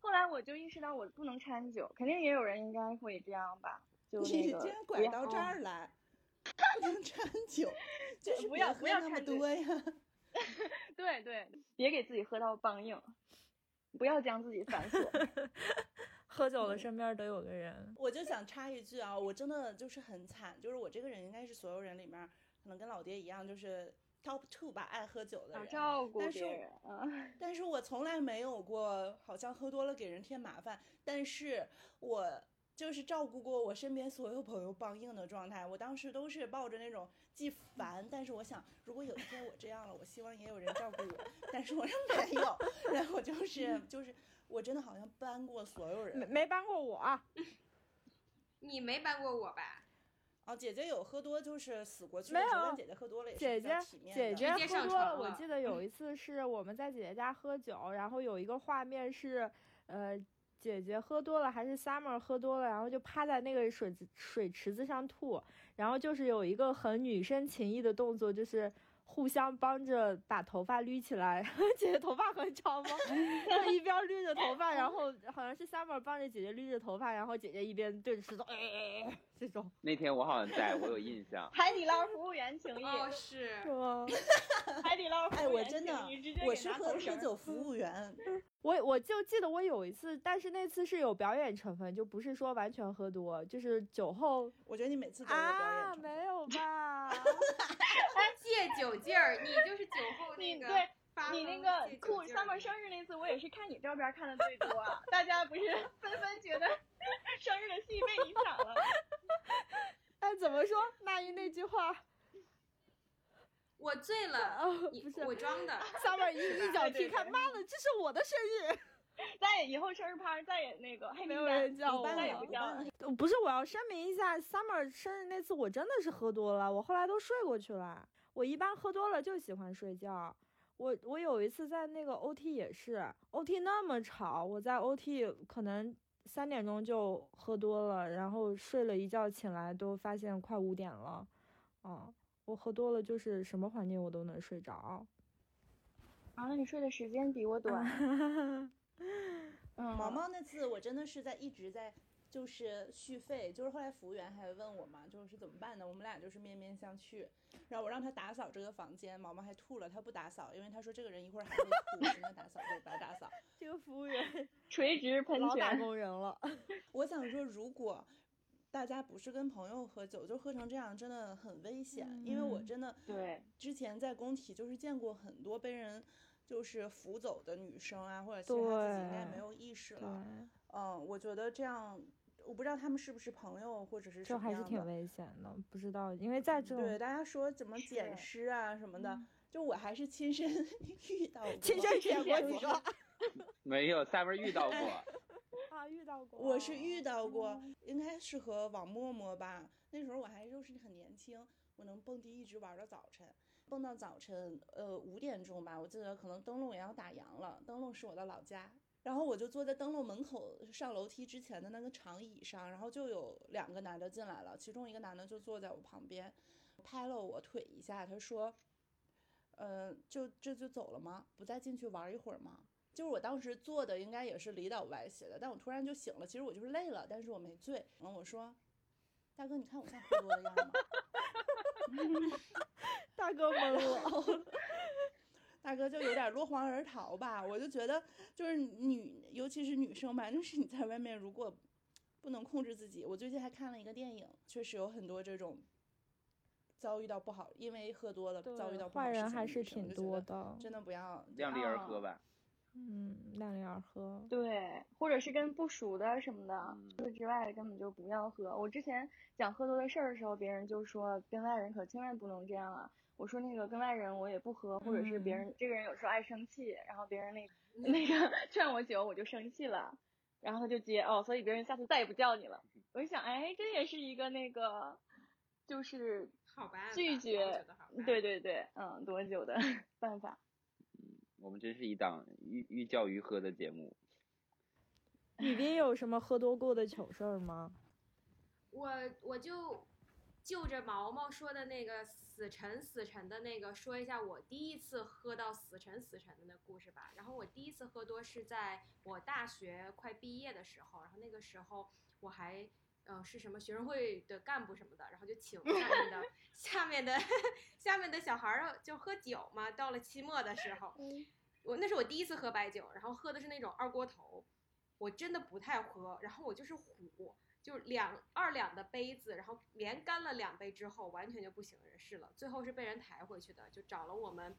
J: 后来我就意识到我不能掺酒，肯定也有人应该会这样吧，就
I: 你这
J: 那个
I: 样
J: 不
I: 拐
J: 要
I: 到这
J: 哦
I: 儿 来，不能掺酒，
J: 对
I: 就是
J: 不要
I: 别
J: 不要
I: 喝那么
J: 掺酒
I: 多 呀。
J: 对对，别给自己喝到棒硬，不要将自己反锁。
G: 喝酒了身边得有个人，
I: 我就想插一句啊，我真的就是很惨，就是我这个人应该是所有人里面儿，可能跟老爹一样，就是 top two 吧，爱喝酒的
J: 要
I: 人。
J: 照顾
I: 但是
J: 别人啊，。
I: 但是我从来没有过好像喝多了给人添麻烦，但是我就是照顾过我身边所有朋友棒硬的状态。我当时都是抱着那种既烦，但是我想如果有一天我这样了，我希望也有人照顾我，但是我是没有， 然后我就是就是我真的好像帮过所有
G: 没
I: 人。
G: 没帮过我，
H: 你没搬过我吧？
I: 哦，姐姐有喝多就是死过去，
G: 没
I: 我觉得
G: 有
I: 姐姐喝多了也是
G: 姐
I: 比较
G: 姐
I: 体面
G: 姐
I: 的
G: 姐
H: 直
G: 喝
H: 接上
G: 多
H: 床
G: 了，我
H: 了嗯
G: 记得有一次是我们在姐姐家喝酒，然后有一个画面是，呃，姐姐喝多了还是 Summer 喝多了，然后就趴在那个水池水池子上吐，然后就是有一个很女生情谊的动作，就是。互相帮着把头发捋起来， 姐姐头发很长嘛，她一边捋着头发，然后好像是 Summer 帮着姐姐捋着头发，然后姐姐一边对着石头，哎哎哎，这种
D: 那天我好像在，我有印象
J: 海底捞服务员 情谊，
H: 哦，是
G: 是。吗？
J: 海底捞服
I: 哎，
J: 务
I: 我
J: 员
I: 真
J: 情
I: 的
J: 谊，直接
I: 我
J: 给
I: 是
J: 拿
I: 喝
J: 头绳
I: 喝
J: 儿嗯
I: 酒服务员，
G: 我我就记得我有一次，但是那次是有表演成分，就不是说完全喝多，就是酒后
I: 我觉得你每次都有表演
G: 啊，
I: 成分
G: 没有吧？
H: 借酒劲儿，你就是酒后那
J: 你
H: 个
J: 对
H: 发
J: 你
H: 疯
J: 那个
H: 借酒
J: 酷
H: 劲儿
J: summer 生日那次，我也是看你照片看的最多啊，大家 不是纷纷觉得生日的戏被你抢了。
G: 但怎么说，那英那句话，
H: 我醉
G: 啊，
H: 了，你
G: 不是
H: 我装的，
G: ，summer 一一脚
J: 对
G: 踢
J: 对
G: 开，
J: 对
G: 妈的，这是我的生日，
J: 再也以后生日趴再也那个黑
G: 没
J: 名
G: 有
J: 单
G: 人，叫
I: 我
G: 我
I: 办
J: 再也
I: 了
J: 不
I: 我
J: 叫
I: 办
J: 了
I: 了。
G: 呃不是，我要声明一下，summer 生日那次我真的是喝多了，我后来都睡过去了。我一般喝多了就喜欢睡觉。我我有一次在那个 OT 也是，OT 那么吵，我在 OT 可能三点钟就喝多了，然后睡了一觉醒来都发现快五点了。嗯，我喝多了就是什么环境我都能睡着。
J: 啊，那你睡的时间比我短。嗯，
I: 毛毛那次我真的是在一直在就是续费，就是后来服务员还问我嘛，就是怎么办呢？我们俩就是面面相觑，然后我让他打扫这个房间，毛毛还吐了，他不打扫，因为他说这个人一会儿还会吐，我今天打扫就白打扫。
G: 这个服务员
J: 垂直喷
G: 老打
J: 泉，
G: 工人了，
I: 我想说，如果大家不是跟朋友喝酒，就喝成这样，真的很危险，因为我
G: 嗯
I: 真的
J: 对
I: 之前在工体就是见过很多被人。就是扶走的女生啊，或者其实她自己应该
G: 对
I: 没有意识
G: 对，
I: 了，嗯，我觉得这样，我不知道他们是不是朋友，或者是什
G: 这
I: 么
G: 还是
I: 样
G: 挺
I: 的
G: 危险的，不知道，因为在这种
I: 对，大家说怎么捡
J: 是
I: 尸啊什么的，就我还是亲身 遇到过，
G: 嗯亲身
I: 见
G: 见
I: 过
G: 过几个
D: 没有，Summer 遇到过，
G: 啊，遇到过，
I: 我是遇到过，应该是和王默默吧，那时候我还就是很年轻，我能蹦迪一直玩到早晨，蹦到早晨呃五点钟吧，我记得可能灯笼也要打烊了，灯笼是我的老家。然后我就坐在灯笼门口上楼梯之前的那个长椅上，然后就有两个男的进来了，其中一个男的就坐在我旁边，拍了我腿一下，他说：“呃，就这就走了吗？不再进去玩一会儿吗？”就是我当时坐的应该也是离倒歪斜的，但我突然就醒了，其实我就是累了，但是我没醉。然后我说：“大哥，你看我像喝多了样吗？”
G: 大哥懵了，
I: 大哥就有点落荒而逃吧。我就觉得，就是女，尤其是女生吧，就是你在外面如果不能控制自己，我最近还看了一个电影，确实有很多这种遭遇到不好，因为喝多了遭遇到不好事情
G: 坏人
I: 的
G: 还
I: 女
G: 是
I: 生
G: 挺
I: 就觉
G: 多
I: 得
G: 的，
I: 真的不要
D: 量力
J: 哦
D: 而喝吧。
G: 嗯，量力而喝。
J: 对，或者是跟不熟的什么的，
G: 嗯
J: 除此之外根本就不要喝。我之前讲喝多的事儿的时候，别人就说跟外人可千万不能这样啊。我说那个跟外人我也不喝，或者是别
G: 嗯
J: 人、这个人有时候爱生气，然后别 人那那个劝我酒，我就生气了，然后他就接哦，所以别人下次再也不叫你了。我就想，哎，这也是一个那个，就是
H: 好办法，
J: 拒
H: 我
J: 绝
H: 觉得好办
J: 对
H: 法，
J: 对对，嗯，多久的办法。
D: 我们真是一档寓寓教于喝的节目。
G: 你别有什么喝多过的糗事儿吗？
H: 我我就就着毛毛说的那个死沉死沉的那个，说一下我第一次喝到死沉死沉的那故事吧。然后我第一次喝多是在我大学快毕业的时候，然后那个时候我还。嗯，是什么学生会的干部什么的，然后就请下面的下面的下面的小孩儿就喝酒嘛。到了期末的时候，我那是我第一次喝白酒，然后喝的是那种二锅头，我真的不太喝，然后我就是虎，就是两二两的杯子，然后连干了两杯之后，完全就不省人事了。最后是被人抬回去的，就找了我们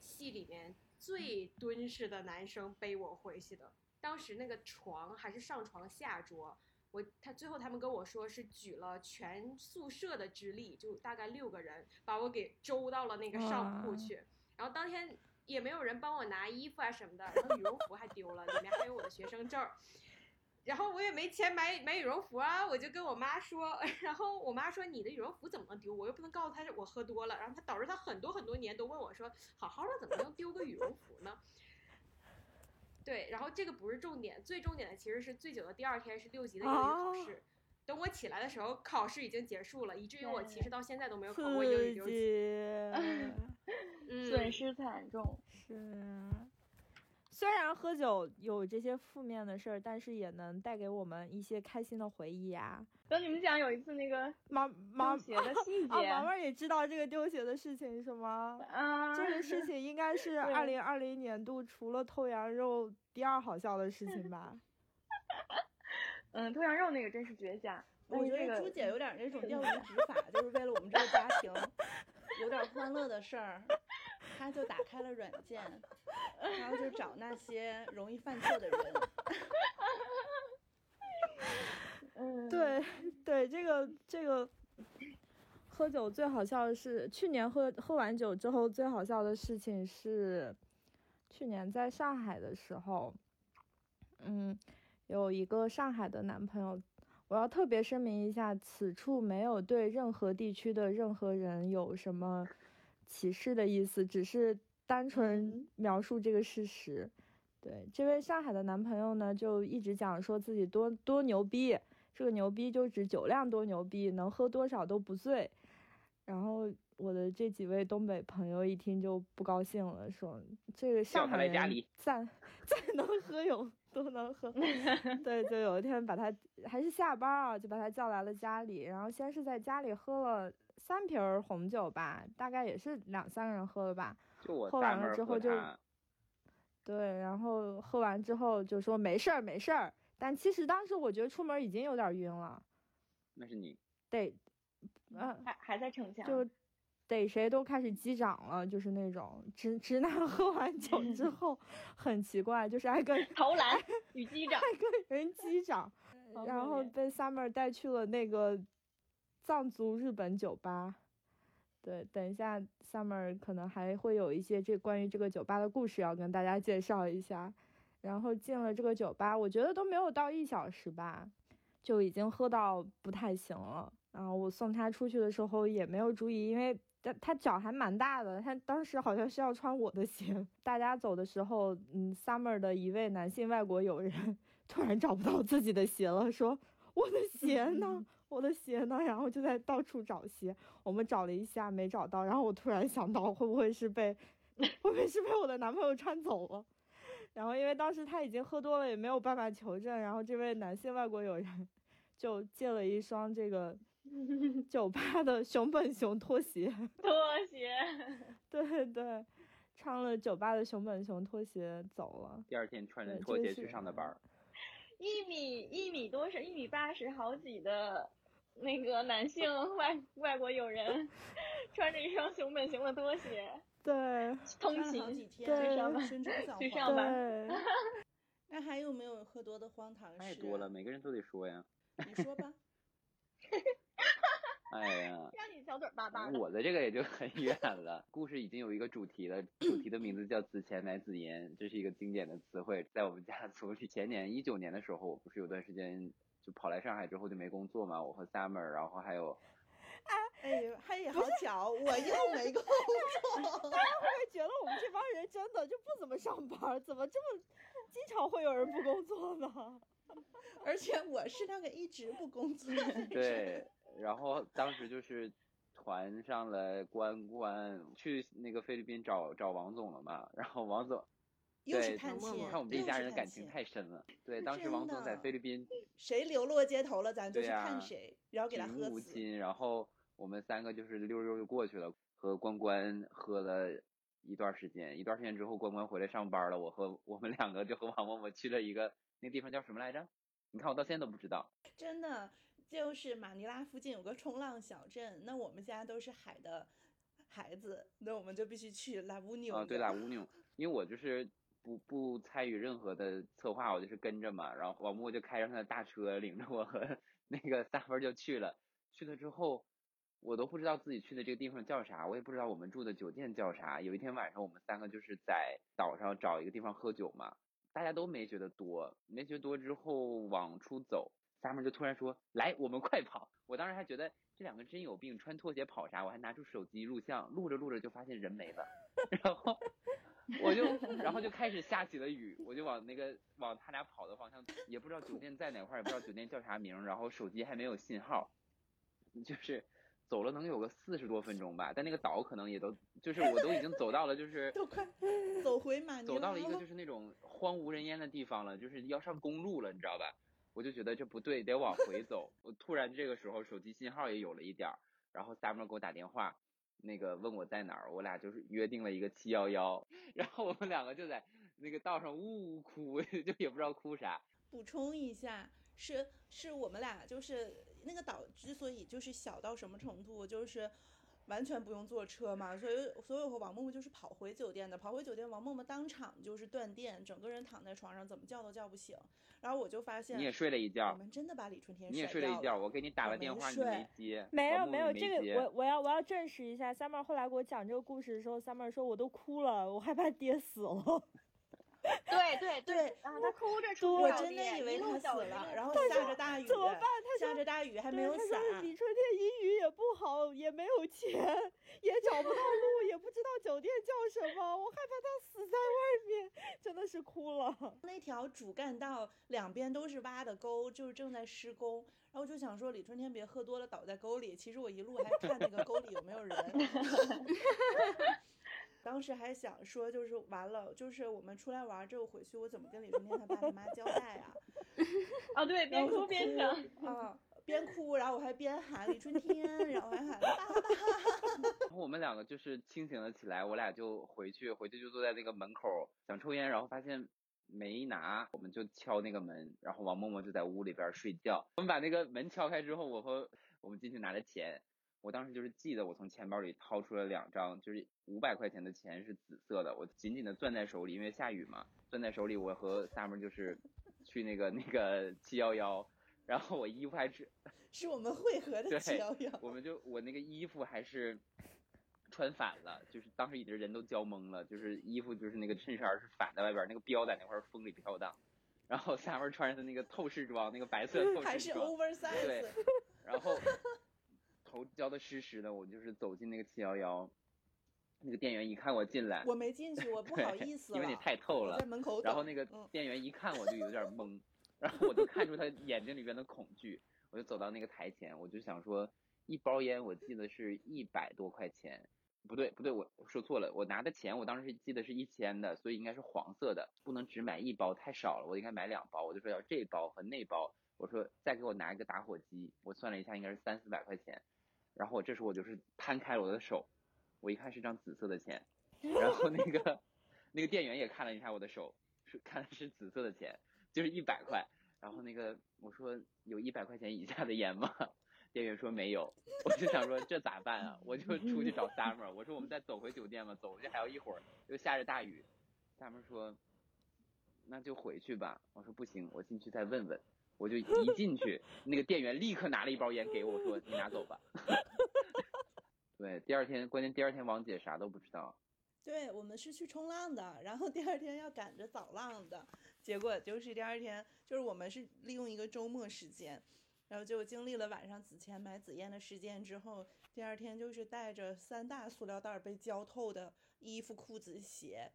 H: 系里面最敦实的男生背我回去的。当时那个床还是上床下桌，我他最后他们跟我说是举了全宿舍的之力，就大概六个人把我给周到了那个上铺
G: 哇
H: 去。然后当天也没有人帮我拿衣服啊什么的，然后羽绒服还丢了，里面还有我的学生证儿。然后我也没钱买买羽绒服啊，我就跟我妈说， 然后我妈说你的羽绒服怎么能丢？我又不能告诉她是我喝多了。然后她导致她很多很多年都问我说，好好的怎么能丢个羽绒服呢？ 对，然后这个不是重点，最重点的其实是醉酒的第二天是六级的英语考
G: 哦
H: 试。等我起来的时候，考试已经结束了，以至于我其实到现在都没有考过英
G: 刺
H: 语六级。
G: 激，
H: 嗯，
J: 损失惨重。
G: 是。虽然喝酒有这些负面的事儿，但是也能带给我们一些开心的回忆啊。
J: 等你们讲有一次那个
G: 毛
J: 中
G: 毛
J: 学的细
G: 啊，
J: 节，
G: 毛毛也知道这个丢鞋的事情是 吗？
J: 啊，
G: 这个事情应该是
J: 对
G: 二零二零年度除了偷羊肉第二好笑的事情吧？
J: 嗯，偷羊肉那个真是绝佳。
I: 我
J: 但
I: 觉
J: 是这
I: 得
J: 个嗯
I: 朱姐有点那种钓鱼执法，就是为了我们这个家 庭有点欢乐的事儿，她就打开了软件，然后就找那些容易犯错的人。
J: 嗯，
G: 对 对，这个这个，喝酒最好笑的是去年喝喝完酒之后最好笑的事情是，去年在上海的时候，嗯，有一个上海的男朋友，我要特别声明一下，此处没有对任何地区的任何人有什么歧视的意思，只是单纯描述这个事实。对，这位上海的男朋友呢，就一直讲说自己多多牛逼，这个牛逼就指酒量多牛逼，能喝多少都不醉。然后我的这几位东北朋友一听就不高兴了，说这个上
D: 叫他
G: 海
D: 来家
G: 人
D: 里
G: 再再能喝有多 能喝。对，就有一天把他还是下班啊，就把他叫来了家里，然后先是在家里喝了三瓶儿红酒吧，大概也是两三个人喝了吧。
D: 就我
G: 喝
D: 大
G: 完
D: 妹
G: 了
D: 儿
G: 之
D: 和
G: 后就
D: 她
G: 对，然后喝完之后就说没事儿没事儿，但其实当时我觉得出门已经有点晕了，
D: 那是你，
G: 得，嗯、
J: 还还在逞强，
G: 就得谁都开始击掌了，就是那种直直男 喝完酒之后很奇怪，就是爱跟
J: 投篮与击掌。
G: 跟人击掌，
J: 好
G: 然
J: 可
G: 后
J: 怜
G: 被 Summer 带去了那个藏族日本酒吧。对，等一下 Summer 可能还会有一些这关于这个酒吧的故事要跟大家介绍一下。然后进了这个酒吧，我觉得都没有到一小时吧，就已经喝到不太行了。然后我送他出去的时候也没有注意，因为他他脚还蛮大的，他当时好像是要穿我的鞋。 大家走的时候，嗯，Summer 的一位男性外国友人突然找不到自己的鞋了，说我的鞋呢？我的鞋呢？然后就在到处找鞋。我们找了一下没找到，然后我突然想到，会不会是被 会不会是被我的男朋友穿走了？然后因为当时他已经喝多了，也没有办法求证。然后这位男性外国友人就借了一双这个酒吧的熊本熊拖鞋，
J: 拖鞋，
G: 对对，穿了酒吧的熊本熊拖鞋走了。
D: 第二天穿着
G: 对
D: 拖
G: 这
D: 鞋
G: 是
D: 去上的班儿，
J: 一米一米多少，一米八十好几的那个男性外外国友人，穿着一双熊本熊的拖鞋
G: 对
I: 穿
J: 通
I: 了好
J: 勤，
I: 几天，
G: 对
I: 春春早
J: 去
I: 黄
J: 上班
G: 对，
I: 那还有没有喝多的荒唐事？啊
D: 太
G: 啊
D: 多了，，每个人都得说呀。
I: 你说 吧。
D: 哎呀，
J: 让你小嘴巴巴的。
D: 我的这个也就很远了。故事已经有一个主题了，主题的名字叫“此前乃子言”，这是一个经典的词汇，在我们家族里。前年一九年的时候，我不是有段时间就跑来上海之后就没工作嘛，我和 Summer，然后还有
I: 哎呦，还也好巧，我又没工作。
G: 他会觉得我们这帮人真的就不怎么上班，怎么这么经常会有人不工作呢？
I: 而且我是那个一直不工作的 人。
D: 对，然后当时就是团上了关关去那个菲律宾找找王总了嘛，然后王总
I: 又
D: 对
I: 是探亲，
D: 看我们这一
I: 又
D: 家
I: 是
D: 人的
I: 探
D: 感情
I: 亲
D: 太深了。对，当时王总在
I: 真的
D: 菲律宾
I: 谁流落街头了，咱就
D: 对啊
I: 去
D: 呀
I: 看谁，然后给他
D: 举
I: 喝
D: 目无
I: 死。
D: 亲，然后我们三个就是溜溜就过去了，和关关喝了一段时间，一段时间之后关关回来上班了，我和我们两个就和王默默去了一个那地方叫什么来着？你看我到现在都不知道。
I: 真的，就是马尼拉附近有个冲浪小镇，那我们家都是海的孩子，那我们就必须去拉乌纽。
D: 啊，对啦，乌牛，因为我就是不不参与任何的策划，我就是跟着嘛。然后王默就开着他的大车，领着我和那个三分儿就去了。去了之后，我都不知道自己去的这个地方叫啥，我也不知道我们住的酒店叫啥。有一天晚上，我们三个就是在岛上找一个地方喝酒嘛，大家都没觉得多，没觉得多之后往出走，三妹就突然说：“来，我们快跑！”我当时还觉得这两个真有病，穿拖鞋跑啥？我还拿出手机录像，录着录着就发现人没了， 然后我就然后就开始下起了雨，我就往那个往他俩跑的方向，也不知道酒店在哪块儿，也不知道酒店叫啥名儿，然后手机还没有信号，就是。走了能有个四十多分钟吧，但那个岛可能也都就是我都已经走到了就 是
I: 都快走回马尼拉
D: 走到了一个就是那种荒无人烟的地方了，就是要上公路了，你知道吧？我就觉得这不对，得往回走。我突然这个时候手机信号也有了一点儿，然后 Summer 给我打电话，那个问我在哪儿，我俩就是约定了一个七幺幺， 然后我们两个就在那个道上呜呜哭， 就也不知道哭啥。
I: 补充一下，是是我们俩就是那个岛之所以就是小到什么程度，就是完全不用坐车嘛，所以所以我和王默默就是跑回酒店的，跑回酒店，王默默当场就是断电，整个人躺在床上怎么叫都叫不醒，然后我就发现
D: 你也睡了一
I: 我
D: 觉，
I: 们真的把李春天
D: 你也
I: 甩
D: 睡了
I: 掉
D: 一觉，我给你打
I: 我
D: 了
I: 没
D: 电话你没
I: 睡
D: 接，
G: 没有
D: 王
G: 没
D: 梦
G: 有，
D: 你
G: 这
D: 接
G: 个我我要我要证实一下，summer 后来给我讲这个故事的时候，summer 说我都哭了，我害怕爹死 了。
J: 对对
I: 对
J: 啊，他哭着出
I: 我
J: 找
I: 真的
J: 爹
I: 以为
J: 一路
I: 他死
J: 找一
I: 了，
J: 路
I: 然后
J: 找
I: 下着大雨，
G: 怎么办他
I: 下
G: 说
I: 着大雨还
G: 对，
I: 没有伞啊
G: 他，说李春天英语也不好，也没有钱，也找不到路，也不知道酒店叫什么，我害怕他死在外面，真的是哭了。
I: 那条主干道两边都是挖的沟，就是正在施工。然后我就想说，李春天别喝多了倒在沟里。其实我一路还看那个沟里有没 有人。当时还想说，就是完了，就是我们出来玩儿之后回去，我怎么跟李春天他爸他妈交代啊？
J: 啊，对，边哭边
I: 然后
J: 整
I: 就，哭啊，边哭，然后我还边喊李春天，然后还喊爸爸。
D: 然后我们两个就是清醒了起来，我俩就回去，回去就坐在那个门口儿想抽烟，然后发现没拿，我们就敲那个门，然后王默默就在屋里边儿睡觉。我们把那个门敲开之后，我和我们进去拿了钱，我当时就是记得我从钱包里掏出了两张，就是五百块钱的钱是紫色的，我紧紧的攥在手里，因为下雨嘛，攥在手里。我和 Summer 就是去那个那个七幺幺，然后我衣服还是
I: 是我们会合的
D: 对
I: 七幺幺。
D: 我们就我那个衣服还是穿反了，就是当时已经人都教懵了，就是衣服就是那个衬衫是反在外边儿，那个标在那块儿风里飘荡，然后下面穿着那个透视装，那个白色透
I: 还
D: 视
I: 是
D: 装，
I: oversize，
D: 对然后头浇的湿湿的，我就是走进那个七幺幺，那个店员一看我进来，
I: 我没进去，我不好意思了，
D: 因为你太透
I: 我
D: 了
I: 在。门口等。
D: 然后那个
I: 嗯
D: 店员一看我就有点懵，然后我就看出他眼睛里边的恐惧，我就走到那个台前，我就想说，一包烟我记得是一百多块钱，不对不对，我说错了，我拿的钱我当时记得是一千的，所以应该是黄色的，不能只买一包，太少了，我应该买两包，我就说要这包和那包，我说再给我拿一个打火机，我算了一下应该是三四百块钱，然后我这时候我就是摊开了我的手，我一看是张紫色的钱，然后那个 那个店员也看了一下我的手，是 看是紫色的钱，就是一百块。然后那个我说有一百块钱以下的烟吗？店员说没有，我就想说这咋办啊？我就出去找 Summer，我说我们再走回酒店吧，走回去还要一会儿，又下着大雨。Summer 说那就回去吧，我说不行，我进去再问问。我就一进去，那个店员立刻拿了一包烟给我，说你拿走吧。 对，第二天关键第二天王姐啥都不知道，
I: 对，我们是去冲浪的，然后第二天要赶着早浪的，结果就是第二天，就是我们是利用一个周末时间，然后就经历了晚上子谦买紫燕的事件之后，第二天就是带着三大塑料袋儿被浇透的衣服、裤子、鞋，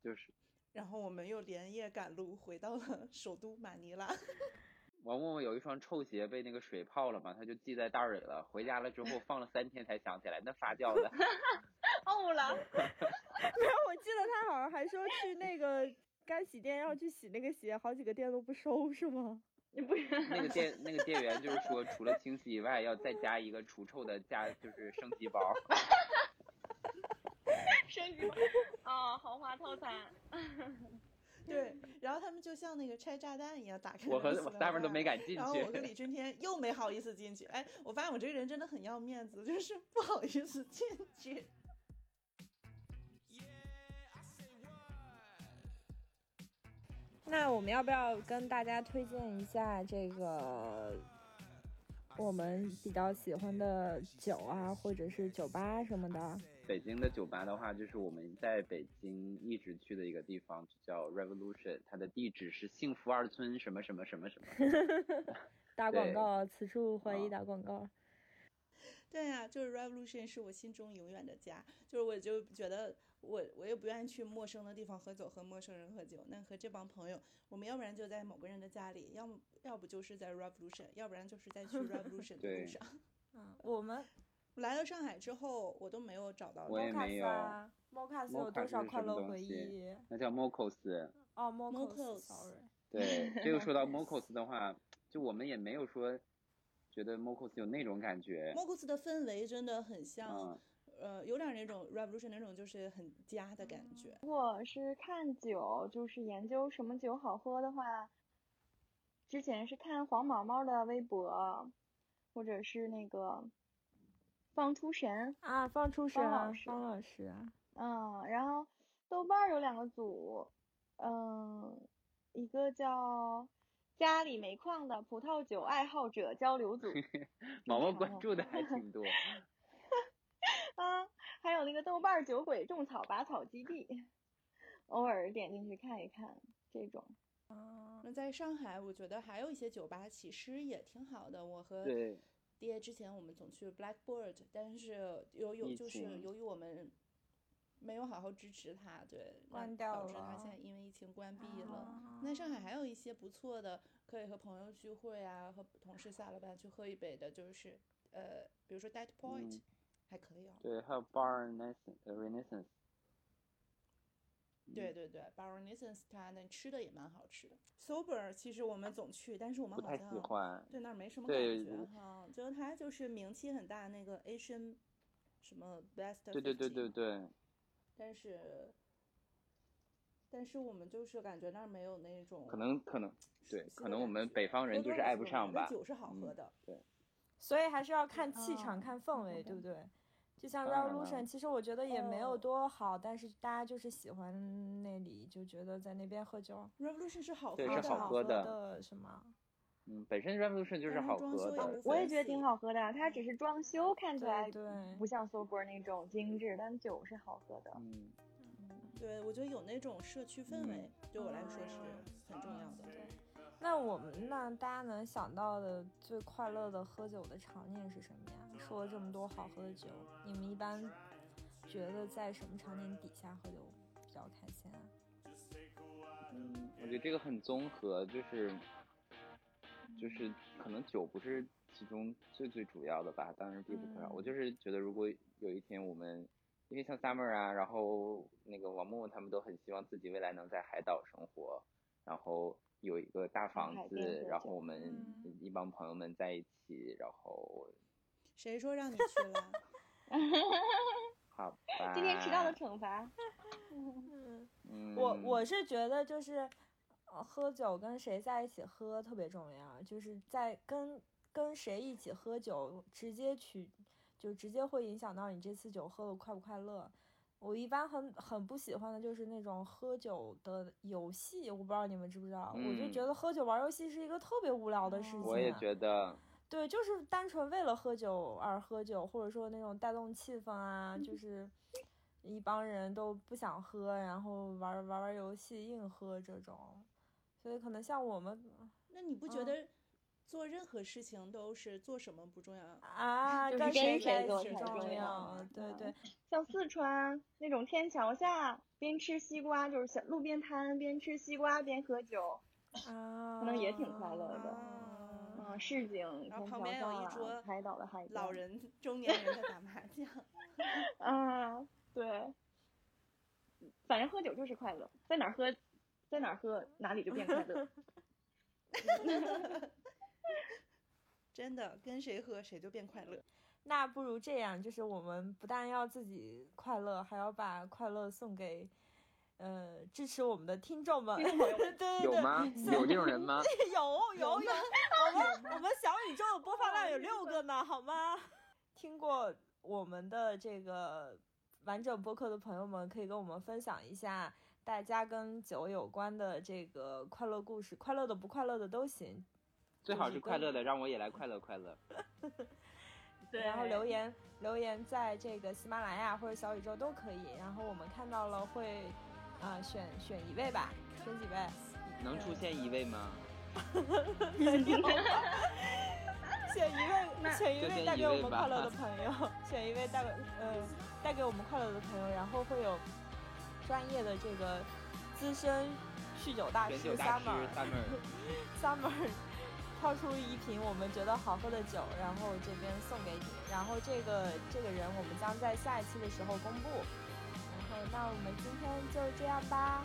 D: 就是
I: 然后我们又连夜赶路回到了 首都马尼拉。
D: 王默默有一双臭鞋被那个水泡了嘛，她就系在袋儿里了。回家了之后放了三天才想起来，那发酵的。
J: 哦了，
A: 没有，我记得他好像还说去那个干洗店要去洗那个鞋，好几个店都不收，是吗？
J: 你不是
D: 那个店那个店员就是说，除了清洗以外，要再加一个除臭的加，就是升级包。
J: 升级啊，豪华套餐，
I: 对，然后他们就像那个拆炸弹一样打开
D: 我
I: 那
D: 和
I: 个塑
D: 我
I: 料
D: 大
I: 袋
D: 门都
I: 儿
D: 没敢进
I: 然后我跟
D: 去。
I: 李春天又没好意思进去，哎，我发现我这个人真的很要面子，就是不好意思进去。
F: 那我们要不要跟大家推荐一下这个我们比较喜欢的酒啊，或者是酒吧什么的？
D: 北京的酒吧的话，就是我们在北京一直去的一个地方，叫 Revolution，它的地址是幸福二村什么什么什么什么。
F: 打广
D: 对
F: 告，此处怀疑
D: 啊
F: 打广告。
I: 对呀、就是 Revolution 是我心中永远的家，就是我就觉得我我也不愿意去陌生的地方喝酒，和陌生人喝酒。那和这帮朋友，我们要不然就在某个人的家里，要么要不就是在 Revolution，要不然就是在去 Revolution 的路
D: 对
I: 上。
G: 嗯，我们
I: 来了上海之后，我都没有找到
D: 我也
I: 人。
D: 没有
G: Mocas 啊，Mocas 有
D: Mocas
G: 多少
D: 是
G: 快
D: 什么
G: 乐
D: 东
G: 回
D: 西
G: 忆？
D: 那叫 Mocos。
G: 哦
I: Mocas
G: ，Mocas，sorry，
D: 对，这个说到 Mocos 的话，就我们也没有说觉得 Mocos 有那种感觉。
I: 莫库斯的氛围真的很像，
D: 嗯，
I: 呃，有点那种 Revolution 那种就是很家的感觉。
J: 我是看酒，就是研究什么酒好喝的话，之前是看黄毛毛的微博，或者是那个放出神，
A: 啊，放出神
J: 方老
A: 啊，
J: 师
A: 方老师啊，
J: 嗯，然后豆瓣儿有两个组，嗯，一个叫家里煤矿的葡萄酒爱好者交流 组，
D: 毛毛
J: 常
D: 关
I: 哦
J: 用
D: 注的还 挺多。
J: 啊，还有那个豆瓣儿酒鬼种草拔草基地，偶尔点进去看一看这种。
I: 那在上海，我觉得还有一些酒吧其实也挺好的。我和
D: 对，
I: 爹之前我们总去 Blackboard，但是由于
D: 疫
I: 就是
D: 情
I: 由于我们没有好好支持它，对，
G: 关
I: 让
G: 掉
I: 导致它
G: 了啊
I: 现在因为疫情关闭了。那上海还有一些不错的，可以和朋友聚会啊，和同事下了班去喝一杯的，就是呃，比如说 Dead Point，、
D: 嗯
I: 还可以哦。
D: 对，还有 Bar Renaissance，呃 Renaissance。
I: 对对对，Baronessence 它那吃的也蛮好吃的。Sober 其实我们总去，但是我们
D: 不
I: 好
D: 太喜
I: 像
D: 欢。
I: 对那儿没什么感
D: 对
I: 觉哈。就它就是名气很大那个 Asian 什么 Best，
D: 对对对对
I: 15
D: 对，
I: 但是但是我们就是感觉那儿没有那种
D: 可能可能对，
I: 新
D: 可
I: 的
D: 能我
I: 感
D: 们
I: 觉
D: 北方人
I: 多
D: 就是
I: 多
D: 爱
I: 少
D: 不
I: 少
D: 上
I: 那
D: 吧。
I: 酒是好
D: 嗯
I: 喝的，
G: 所以还是要看气场、
I: 哦
G: 看氛围，对不对？就像
D: 当然了
G: Revolution，其实我觉得也没有
I: 哦
G: 多好，但是大家就是喜欢那里，就觉得在那边喝酒哦
I: Revolution 是好
D: 对
I: 喝的，
D: 是好喝的
G: 的，什么？
D: 嗯，本身 Revolution 就
I: 但
D: 是
I: 它
D: 好
I: 装
D: 喝
I: 修也
D: 的
I: 不。
J: 我也
I: 分
J: 觉得挺
I: 析
J: 好喝的，啊它只是装修看起
G: 对
J: 来
G: 对
J: 不像 sober 那种精致，但酒是好喝的。
I: 啊
D: 嗯，
I: 对，我觉得有那种社区氛
D: 嗯
J: 嗯
I: 围，对我来说是很重要的。
F: 那我们那大家能想到的最快乐的喝酒的场景是什么呀？说了这么多好喝的酒，你们一般觉得在什么场景底下喝酒比较开心啊？
D: 嗯，我觉得这个很综合，就是就是可能酒不是其中最最主要的吧，当然必不可少。我就是觉得，如果有一天我们，因为像 Summer 啊，然后那个王默默他们都很希望自己未来能在海岛生活，然后有一个大
I: 海
D: 房
I: 边
D: 子
I: 喝，
D: 然
I: 酒
D: 后我们
F: 嗯
D: 一帮朋友们在一起，然后
I: 谁说让你去了？
D: 好吧。
J: 今天迟到的惩罚。
D: 嗯，
F: 我我是觉得就是，呃，喝酒跟谁在一起喝特别重要，就是在跟跟谁一起喝酒，直接取就直接会影响到你这次酒喝的快不快乐。我一般很很不喜欢的就是那种喝酒的游戏，我不知道你们知不知道，我就觉
D: 嗯
F: 得喝酒玩游戏是一个特别无聊的事情。啊
D: 我也觉得，
F: 对，就是单纯为了喝酒而喝酒，或者说那种带动气氛啊，
J: 嗯
F: 就是一帮人都不想喝，然后玩儿玩儿玩儿游戏硬喝这种。所以可能像我们
I: 那你不觉
F: 嗯
I: 得做任何事情都是做什么不重要？
F: 啊，
J: 就是
F: 跟
J: 跟
F: 谁
J: 谁
F: 在
J: 做
F: 一起
J: 才
F: 重
J: 重要嗯
F: 要？对 对，
J: 像四川那种天桥下边吃西瓜，就是小路边摊边吃西瓜边喝酒，
F: 啊，
J: 可能也挺快乐的。
I: 啊
J: 嗯，市井
I: 然后旁
J: 天桥
I: 边有
J: 上
I: 一
J: 啊
I: 桌
J: 海岛的海边
I: 老。人、中年人在打麻将，
J: 啊，对，反正喝酒就是快乐，在哪儿喝，在哪儿喝哪里就变快乐。
I: 真的跟谁喝谁就变快乐。
F: 那不如这样，就是我们不但要自己快乐，还要把快乐送给，呃，支持我们的听众们。 对对
D: 有
F: 对，
D: 吗？有这种人吗？
F: 有有有，我们我们小宇宙的播放量有六个呢，好吗？听过我们的这个完整播客的朋友们，可以跟我们分享一下大家跟酒有关的这个快乐故事，快乐的不快乐的都行。
D: 最好是快乐的，让我也来快乐快乐。
J: 对，
F: 然后留言留言在这个喜马拉雅或者小宇宙都可以，然后我们看到了会啊、呃选选一位吧，选几位？
D: 能出现一位吗？
F: 选一位，选一
D: 就
F: 位
D: 先
F: 带
D: 一
F: 给我
D: 位
F: 们
D: 吧
F: 快乐的朋友，选一位带呃带给我们快乐的朋友，然后会有专业的这个资深酗酒大
D: 选
F: 师
D: 酒大师
F: Summer
D: summer。
F: Summer 掏出一瓶我们觉得好喝的酒，然后这边送给你，然后这个这个人我们将在下一期的时候公布。然后那我们今天就这样吧，